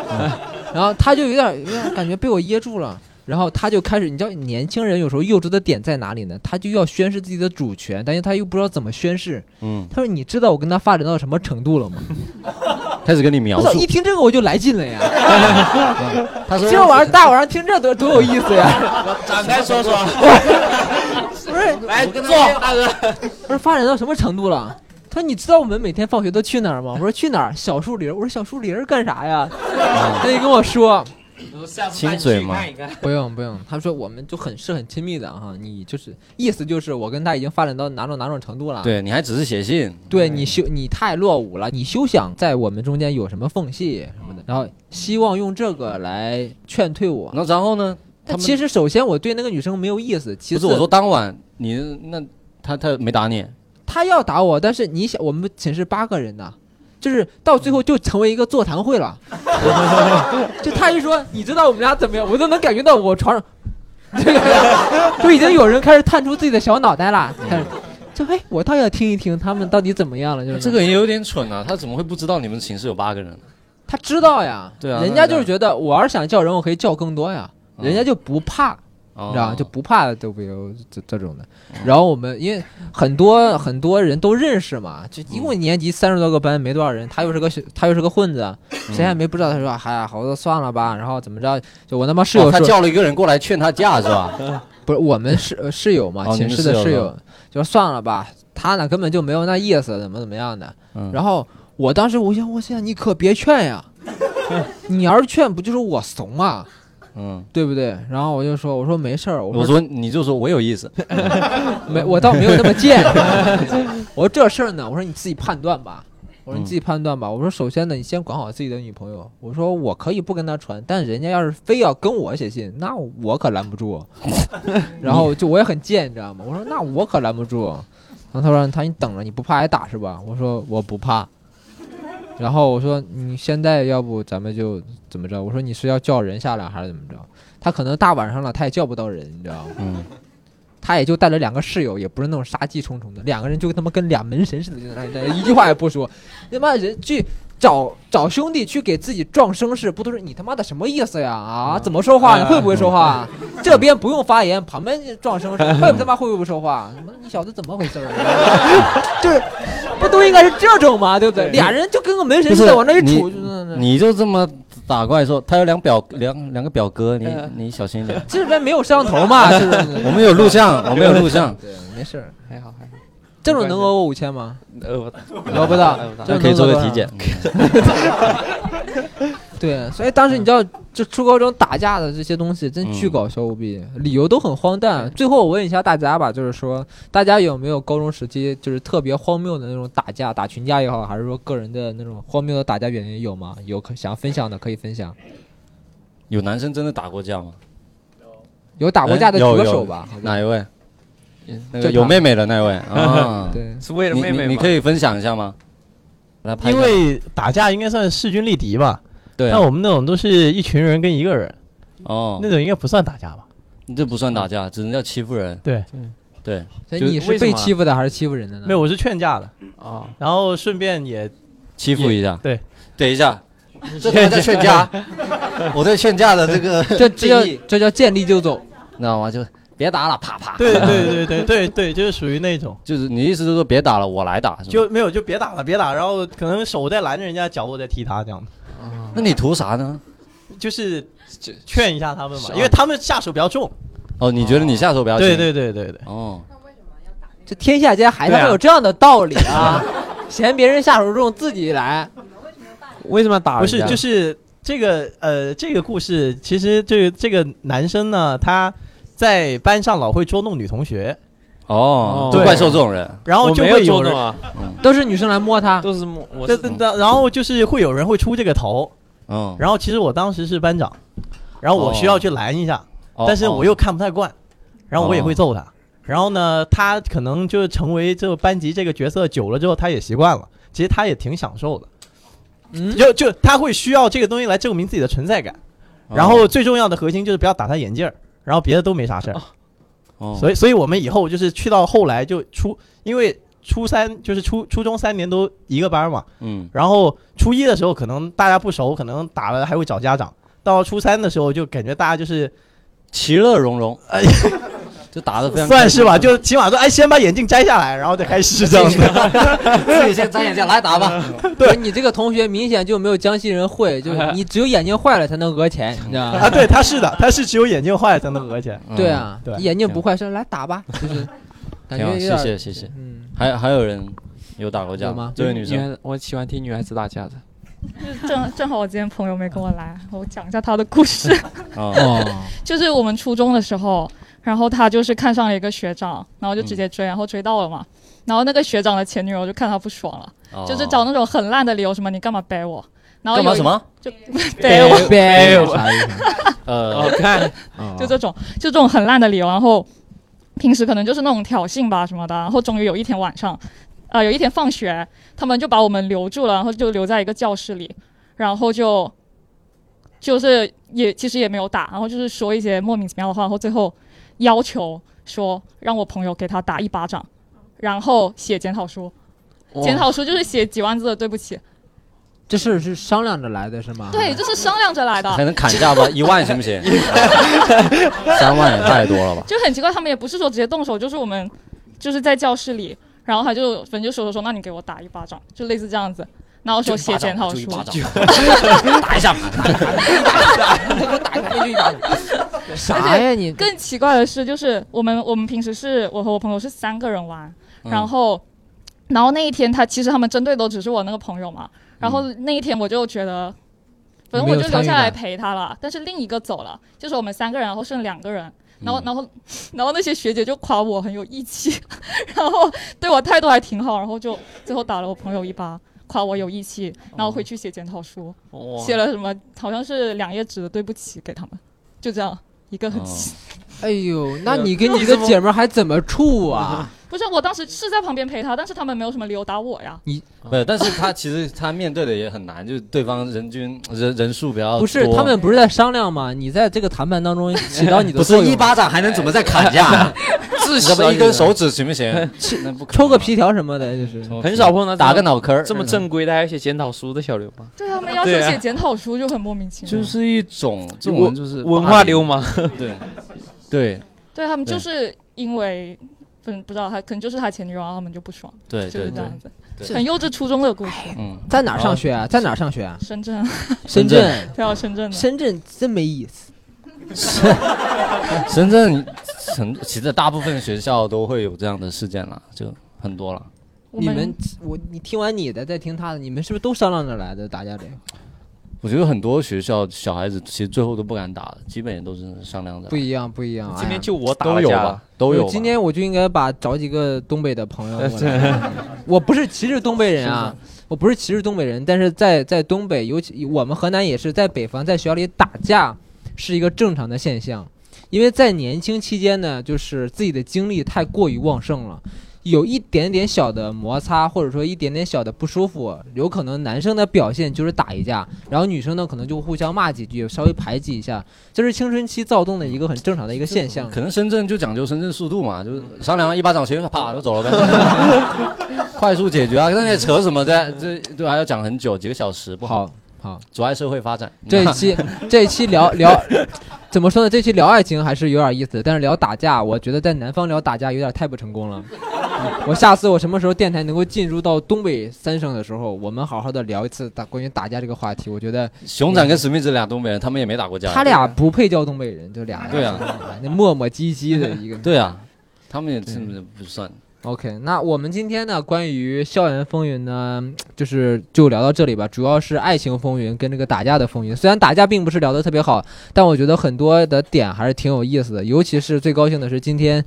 S1: 然后他就有点有点感觉被我噎住了，然后他就开始，你知道年轻人有时候幼稚的点在哪里呢？他就要宣示自己的主权，但是他又不知道怎么宣示。
S4: 嗯，
S1: 他说：“你知道我跟他发展到什么程度了吗
S4: 开始跟你？”描
S1: 我操！
S4: 述
S1: 一。听这个我就来劲了呀！
S4: 他
S1: 今儿晚上大晚上听这多多有意思 呀！
S4: 展开说说，
S1: 不是，
S4: 来坐，大哥。
S1: 我说发展到什么程度了？他说：“你知道我们每天放学都
S4: 哦
S1: 去哪儿吗？”我说：“去哪儿？小树林儿。”我说：“小树林儿干啥呀？”他就跟我说，
S7: 们下次
S4: 亲
S7: 带你
S4: 嘴
S7: 去
S4: 吗
S7: 看一看。
S1: 不用不用，他说我们就很是很亲密的哈，你就是意思就是我跟他已经发展到哪种哪种程度了。啊
S4: 对，你还只是写信，
S1: 对你休你太落伍了，你休想在我们中间有什么缝隙什么的。然后希望用这个来劝退我。
S4: 嗯那然后呢？
S1: 但
S4: 他们
S1: 其实首先我对那个女生没有意思，其
S4: 不
S1: 次
S4: 是我说当晚你那他他没打你，
S1: 她要打我，但是你想我们寝室八个人呢，就是到最后就成为一个座谈会 了。就她一说你知道我们俩怎么样，我都能感觉到我床上，这个 就已经有人开始探出自己的小脑袋了，开始就哎我倒要听一听他们到底怎么样了，就是
S4: 这个也有点蠢啊，他怎么会不知道你们寝室有八个人？
S1: 他知道呀，
S4: 对啊
S1: 人家就是觉得我要是想叫人，我可以叫更多呀，
S4: 嗯
S1: 人家就不怕，
S4: 哦
S1: 你知道吧？就不怕都比如这这种的。然后我们因为很多很多人都认识嘛，就一共年级三十多个班，没多少人，他又是个小他又是个混子，
S4: 嗯
S1: 谁也没不知道。他说：“哎呀，好多算了吧。”然后怎么着？就我那帮室友
S4: 哦他
S1: 说，
S4: 叫了一个人过来劝他架是吧？
S1: 不是我们室呃室友嘛，
S4: 哦你
S1: 寝
S4: 们
S1: 室的
S4: 室
S1: 室
S4: 友是吧
S1: 友，就说算了吧，他呢根本就没有那意思，怎么怎么样的。
S4: 嗯
S1: 然后我当时我想，我想你可别劝呀， 你要是劝不就是我怂啊，
S4: 嗯，
S1: 对不对？然后我就说，我说没事儿，我
S4: 我
S1: 说
S4: 说你就说我 有意思，
S1: 没，我倒没有那么贱。我说这事儿呢，我说你自己判断吧。我说你自己判断吧。我说首先呢，你先管好自己的女朋友。我说我可以不跟她传，但人家要是非要跟我写信，那我可拦不住。然后就我也很贱，你知道吗？我说那我可挨不住。然后他说他说你等着，你不怕挨打是吧？我说我不怕。然后我说你现在要不咱们就怎么着？我说你是要叫人下来还是怎么着？他可能大晚上了，他也叫不到人，你知道吗？
S4: 嗯，
S1: 他也就带了两个室友，也不是那种杀气冲冲的，两个人就他妈跟俩门神似的，就在那里待着，一句话也不说。他妈人去找找兄弟去给自己壮声势，不都是你他妈的什么意思呀？啊，
S4: 嗯
S1: 怎么说
S4: 哎
S1: 话？你会不会说话 啊？这边不用发言，旁边就壮声势，会他妈会不会说话？你妈你小子怎么回事儿？啊 就是不都应该是这种吗？对不对？俩人就跟个门神似的往那一杵，就那那
S4: 你就这么打怪说他有两表两两个表哥，你
S1: 呃
S4: 你小心一点。
S1: 这边没有摄像头嘛？是不是？
S4: 我们有录 像，我们有录像，
S1: 对，没事儿。
S2: 还好还好。
S1: 这种能讹我五千吗？
S2: 呃，我
S1: 讹不到
S2: 讹不到，
S1: 这嗯
S4: 那
S1: 种
S4: 可以
S1: 能
S4: 做
S1: 讹
S4: 个
S1: 到
S4: 体 检。
S1: 对，所以当时你知道，就初高中打架的这些东西真
S4: 嗯
S1: 巨搞笑无比，理由都很荒诞。最后我问一下大家吧，就是说大家有没有高中时期就是特别荒谬的那种打架，打群架也好，还是说个人的那种荒谬的打架原因有吗？有可想分享的可以分享。
S4: 有男生真的打过架吗？
S1: 有打过架的
S4: 哎有
S1: 举个
S4: 有
S1: 手吧。好吧
S4: 哪一位？那
S1: 就
S4: 个
S1: 他，
S4: 有妹妹的那位啊
S1: 对，
S2: 是为了
S4: 你
S2: 妹妹
S4: 你你可
S2: 以
S4: 以分享一下吗？来拍一
S7: 因
S4: 下
S7: 为打架应该算势均力敌吧？
S4: 对啊
S7: 但我们那种都是一群人跟一个人，
S4: 哦
S7: 那，种应该不算打架吧？
S4: 这不算打架，只能叫欺负人。
S7: 对，
S4: 对，
S1: 所以
S4: 就
S1: 你是
S2: 为什
S1: 被
S2: 么
S1: 欺负的还是欺负人的
S4: 嗯
S1: 呢？
S7: 没有，我是劝架的，
S2: 啊，
S7: 然后顺便也
S4: 欺负一下。
S7: 对，
S4: 等一下， 这他妈在劝架， 我对劝架 的这个
S1: 这这
S4: 定
S1: 叫
S4: 义
S1: 这叫见利就走。
S4: 那我就别打了，啪啪。
S7: 对对对对对对，就是属于那种
S4: 就是你意思就是说别打了，我来打。是吗
S7: 就没有就别打了，别打，然后可能手在拦着人家，脚我在踢他这样的，
S4: 那你图啥呢？
S7: 就是劝一下他们
S4: 啊
S7: 嘛，因为他们下手比较重。
S4: 哦，你觉得你下手比较轻
S7: 对对对对对，
S4: 哦，
S1: 这天下间还他妈
S7: 对啊
S1: 有这样的道理 啊！嫌别人下手重，自己来。
S2: 为什么要打
S7: 不
S2: 人
S7: 是
S2: 家？
S7: 就是这个呃这个故事，其实这个这个男生呢，他在班上老会捉弄女同学，
S4: 哦，就
S7: 对
S4: 怪兽这种人，
S7: 然后
S2: 我
S7: 哦就
S2: 没有
S7: 会有
S2: 捉
S7: 人
S2: 弄啊，
S1: 都是女生来摸 他，
S2: 都是摸我
S7: 对
S2: 是嗯
S7: 对对，然后就是会有人会出这个头，
S4: 嗯，
S7: 然后其实我当时是班长，然后我需要去拦一下，
S4: 哦
S7: 但是我又看不太惯，然后我也会揍
S2: 哦
S7: 他。然后呢，他可能就成为这个班级这个角色久了之后，他也习惯了，其实他也挺享受的，
S1: 嗯，
S7: 就就他会需要这个东西来证明自己的存在感。然后最重要的核心就是不要打他眼镜儿，然后别的都没啥事儿。
S4: 哦，
S7: 所以，所以我们以后就是去到后来就初，因为初三就是初初中三年都一个班嘛，
S4: 嗯，
S7: 然后初一的时候可能大家不熟，可能打了还会找家长。到初三的时候就感觉大家就是
S4: 其乐融融，就打的非常
S7: 哎 算是吧，就起码说哎，先把眼镜摘下来，然后再开始 这样子。
S4: 自己先摘眼镜来打吧。
S1: 对你这个同学明显就没有江西人会，就是你只有眼睛坏了才能讹钱，你知道
S7: 啊，
S1: 吗？
S7: 对，他是的，他是只有眼镜坏了才能讹钱。
S4: 嗯
S1: 对，啊，
S7: 对
S1: 你眼睛不坏说来打吧， 就是感
S4: 挺好，
S1: 觉
S4: 谢
S1: 有
S4: 谢
S1: 点，
S4: 谢谢。
S1: 嗯，
S4: 还还有人有打过架
S1: 有吗
S4: 这位女 生，
S2: 孩，我喜欢听女孩子打架的。
S8: 就是正正好我之前朋友没跟我来，我讲一下他的故事。
S4: 哦，
S8: 就是我们初中的时候，然后他就是看上了一个学长，然后就直接追，然后追到了嘛。然后那个学长的前女友就看他不爽了，就是找那种很烂的理由，什么你干嘛掰我？然后
S4: 哦干嘛
S8: 有一
S4: 什么？
S8: 就掰
S4: 哎
S8: 我，
S1: 哎别
S2: 有
S3: 啥意思？
S2: 好
S4: 呃，
S2: 哦看，
S8: 就这种，就这种很烂的理由。然后平时可能就是那种挑衅吧什么的。然后终于有一天晚上，啊、有一天放学，他们就把我们留住了，然后就留在一个教室里，然后就就是也其实也没有打，然后就是说一些莫名其妙的话，然后最后要求说让我朋友给他打一巴掌，然后写检讨书。检讨书就是写几万字的对不起，
S1: 这事儿是商量着来的是吗？
S8: 对，就是商量着来 的。
S4: 还能砍价吧？一万行不行？三万也太多了吧？
S8: 就很奇怪，他们也不是说直接动手，就是我们就是在教室里，然后他就反正就说说说，那你给我打一巴掌，就类似这样子。然后说写检讨
S4: 就一
S8: 书，
S4: 巴掌，打一下，
S1: 啥呀你？
S8: 更奇怪的是，就是我们我们平时是我和我朋友是三个人玩，
S1: 嗯
S8: 然后然后那一天他其实他们针对都只是我那个朋友嘛，然后那一天我就觉得，反正
S1: 嗯没
S8: 我
S1: 有
S8: 就留下
S1: 参与
S8: 来
S1: 感
S8: 陪他了，但是另一个走了，就是我们三个人，然后剩两个人。
S1: 嗯
S8: 然后，然后，然后那些学姐就夸我很有义气， 然后对我态度还挺好，然后就最后打了我朋友一巴，夸我有义气，
S1: 哦
S8: 然后回去写检讨书，写了什么好像是两页纸的对不起给他们，就这样一个很
S4: 哦
S8: 奇
S1: 哎呦，那你跟你一个姐们儿还怎么处 啊？
S8: 不是，我当时是在旁边陪他，但是他们没有什么理由打我呀。
S4: 不嗯是，但是他其实他面对的也很难，就是对方人均人人数比较多
S1: 不是，他们不是在商量吗？你在这个谈判当 中起到你的
S4: 不
S1: 作
S4: 是
S1: 用
S4: 一
S1: 吗，
S4: 巴掌还能怎么再砍价？至少一根手指行不行？那不可
S1: 抽
S4: 能
S1: 个皮条什么的，就是
S4: 抽个皮，
S2: 很少碰到
S4: 打个脑壳儿，
S2: 这么正规的，还要写检讨书的小流氓，
S8: 对啊，他们要求
S2: 对啊
S8: 写检讨书就很莫名其妙。
S4: 就是一种这种人就是
S2: 文化流氓。
S4: 霸凌，对对
S8: 对他们就
S4: 对
S8: 是因为不不知道他，可能就是他前女友，然啊后他们就不爽，
S4: 对
S8: 就
S4: 对
S8: 是这
S4: 对，
S8: 样子，
S4: 对
S1: 对哎
S8: 很幼稚初中的故事。
S4: 嗯，
S1: 在哪儿上学啊？在哪儿上学啊？
S8: 深圳 啊，
S1: 深
S4: 深
S1: 圳，嗯
S8: 对啊，深圳的。
S1: 深圳真没意思。
S4: 深圳成其实大部分学校都会有这样的事件了，就很多了。
S8: 我
S1: 你们我你听完你的，再听他的，你们是不是都商量着来的打架这个？
S4: 我觉得很多学校小孩子其实最后都不敢打了，基本也都是商量着
S1: 不。一样，不一样。哎
S2: 今
S1: 呀
S2: 天就我打
S4: 都
S2: 了
S4: 有
S2: 架
S4: 吧
S2: 了，，
S4: 都有吧。
S1: 今天我就应该把找几个东北的朋友 过来。我不是歧视东北人啊，我不是歧视东北人，但是在在东北，尤其我们河南也是在北方，在学校里打架是一个正常的现象，因为在年轻期间呢，就是自己的精力太过于旺盛了。有一点点小的摩擦，或者说一点点小的不舒服，有可能男生的表现就是打一架，然后女生呢可能就互相骂几句，稍微排挤一下，这是青春期躁动的一个很正常的一个现象。
S4: 可能深圳就讲究深圳速度嘛，就是商
S1: 嗯
S4: 量完一巴掌，谁啪就走了呗， 快速解决啊！那也扯什么的，这这还要讲很久，几个小时不好，
S1: 好好，
S4: 阻碍社会发展。
S1: 这一期这一期聊聊，怎么说呢？这期聊爱情还是有点意思，但是聊打架，我觉得在南方聊打架有点太不成功了。嗯我下次我什么时候电台能够进入到东北三省的时候，我们好好的聊一次打关于打架这个话题。我觉得
S4: 熊掌跟史密斯俩东北人，他们也没打过架。
S1: 他俩不配叫东北人，就俩人
S4: 对
S1: 啊，
S4: 啊，
S1: 那磨磨唧唧的一个。
S4: 对啊，他们也真
S1: 嗯
S4: 的不算。
S1: OK，那我们今天呢，关于校园风云呢，就是就聊到这里吧。主要是爱情风云跟这个打架的风云，虽然打架并不是聊得特别好，但我觉得很多的点还是挺有意思的。尤其是最高兴的是，今天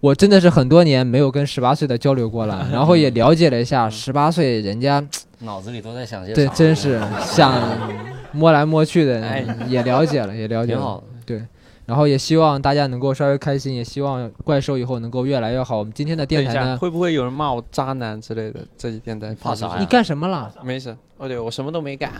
S1: 我真的是很多年没有跟十八岁的交流过 了，然后也了解了一
S2: 嗯
S1: 下十八岁人家，
S4: 脑子里都在想些
S1: 对，
S4: 啥
S1: 真是 想摸来摸去的
S2: 哎，
S1: 也了解了，也了解
S4: 挺
S1: 了。
S4: 好的。
S2: 嗯
S1: 然后也希望大家能够稍微开心，也希望怪兽以后能够越来越好。我们今天的
S2: 等
S1: 电
S2: 一
S1: 台
S2: 下，
S1: 呢，
S2: 会不会有人骂我渣男之类的？这几天在
S4: 怕啥呀
S1: 你干什么了？
S2: 没事，哦对，我什么都没干，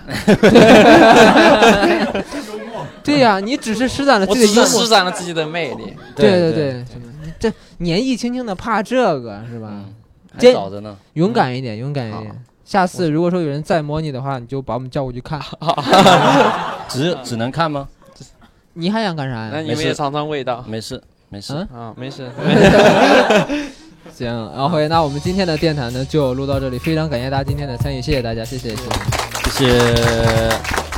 S1: 对呀、你只是施展了
S2: 我
S1: 自己
S2: 只
S1: 的幽
S2: 是
S1: 默
S2: 施。展了自己的魅力。
S1: 对
S4: 对
S1: 对，什么你这年纪轻轻的怕这个是吧？
S4: 嗯，还
S1: 这
S4: 早着呢。
S1: 勇敢一点，勇敢一点。下次如果说有人再摸你的话，你就把我们叫过去看。
S4: 只只能看吗？
S1: 你还想干啥
S2: 那
S1: 呀？
S2: 你们也尝尝味道
S4: 没事没事
S1: 嗯，
S2: 啊，没 事。
S1: 行，然后那我们今天的电台呢就录到这里，非常感谢大家今天的参与，谢谢大家，谢谢。谢谢
S4: 谢谢。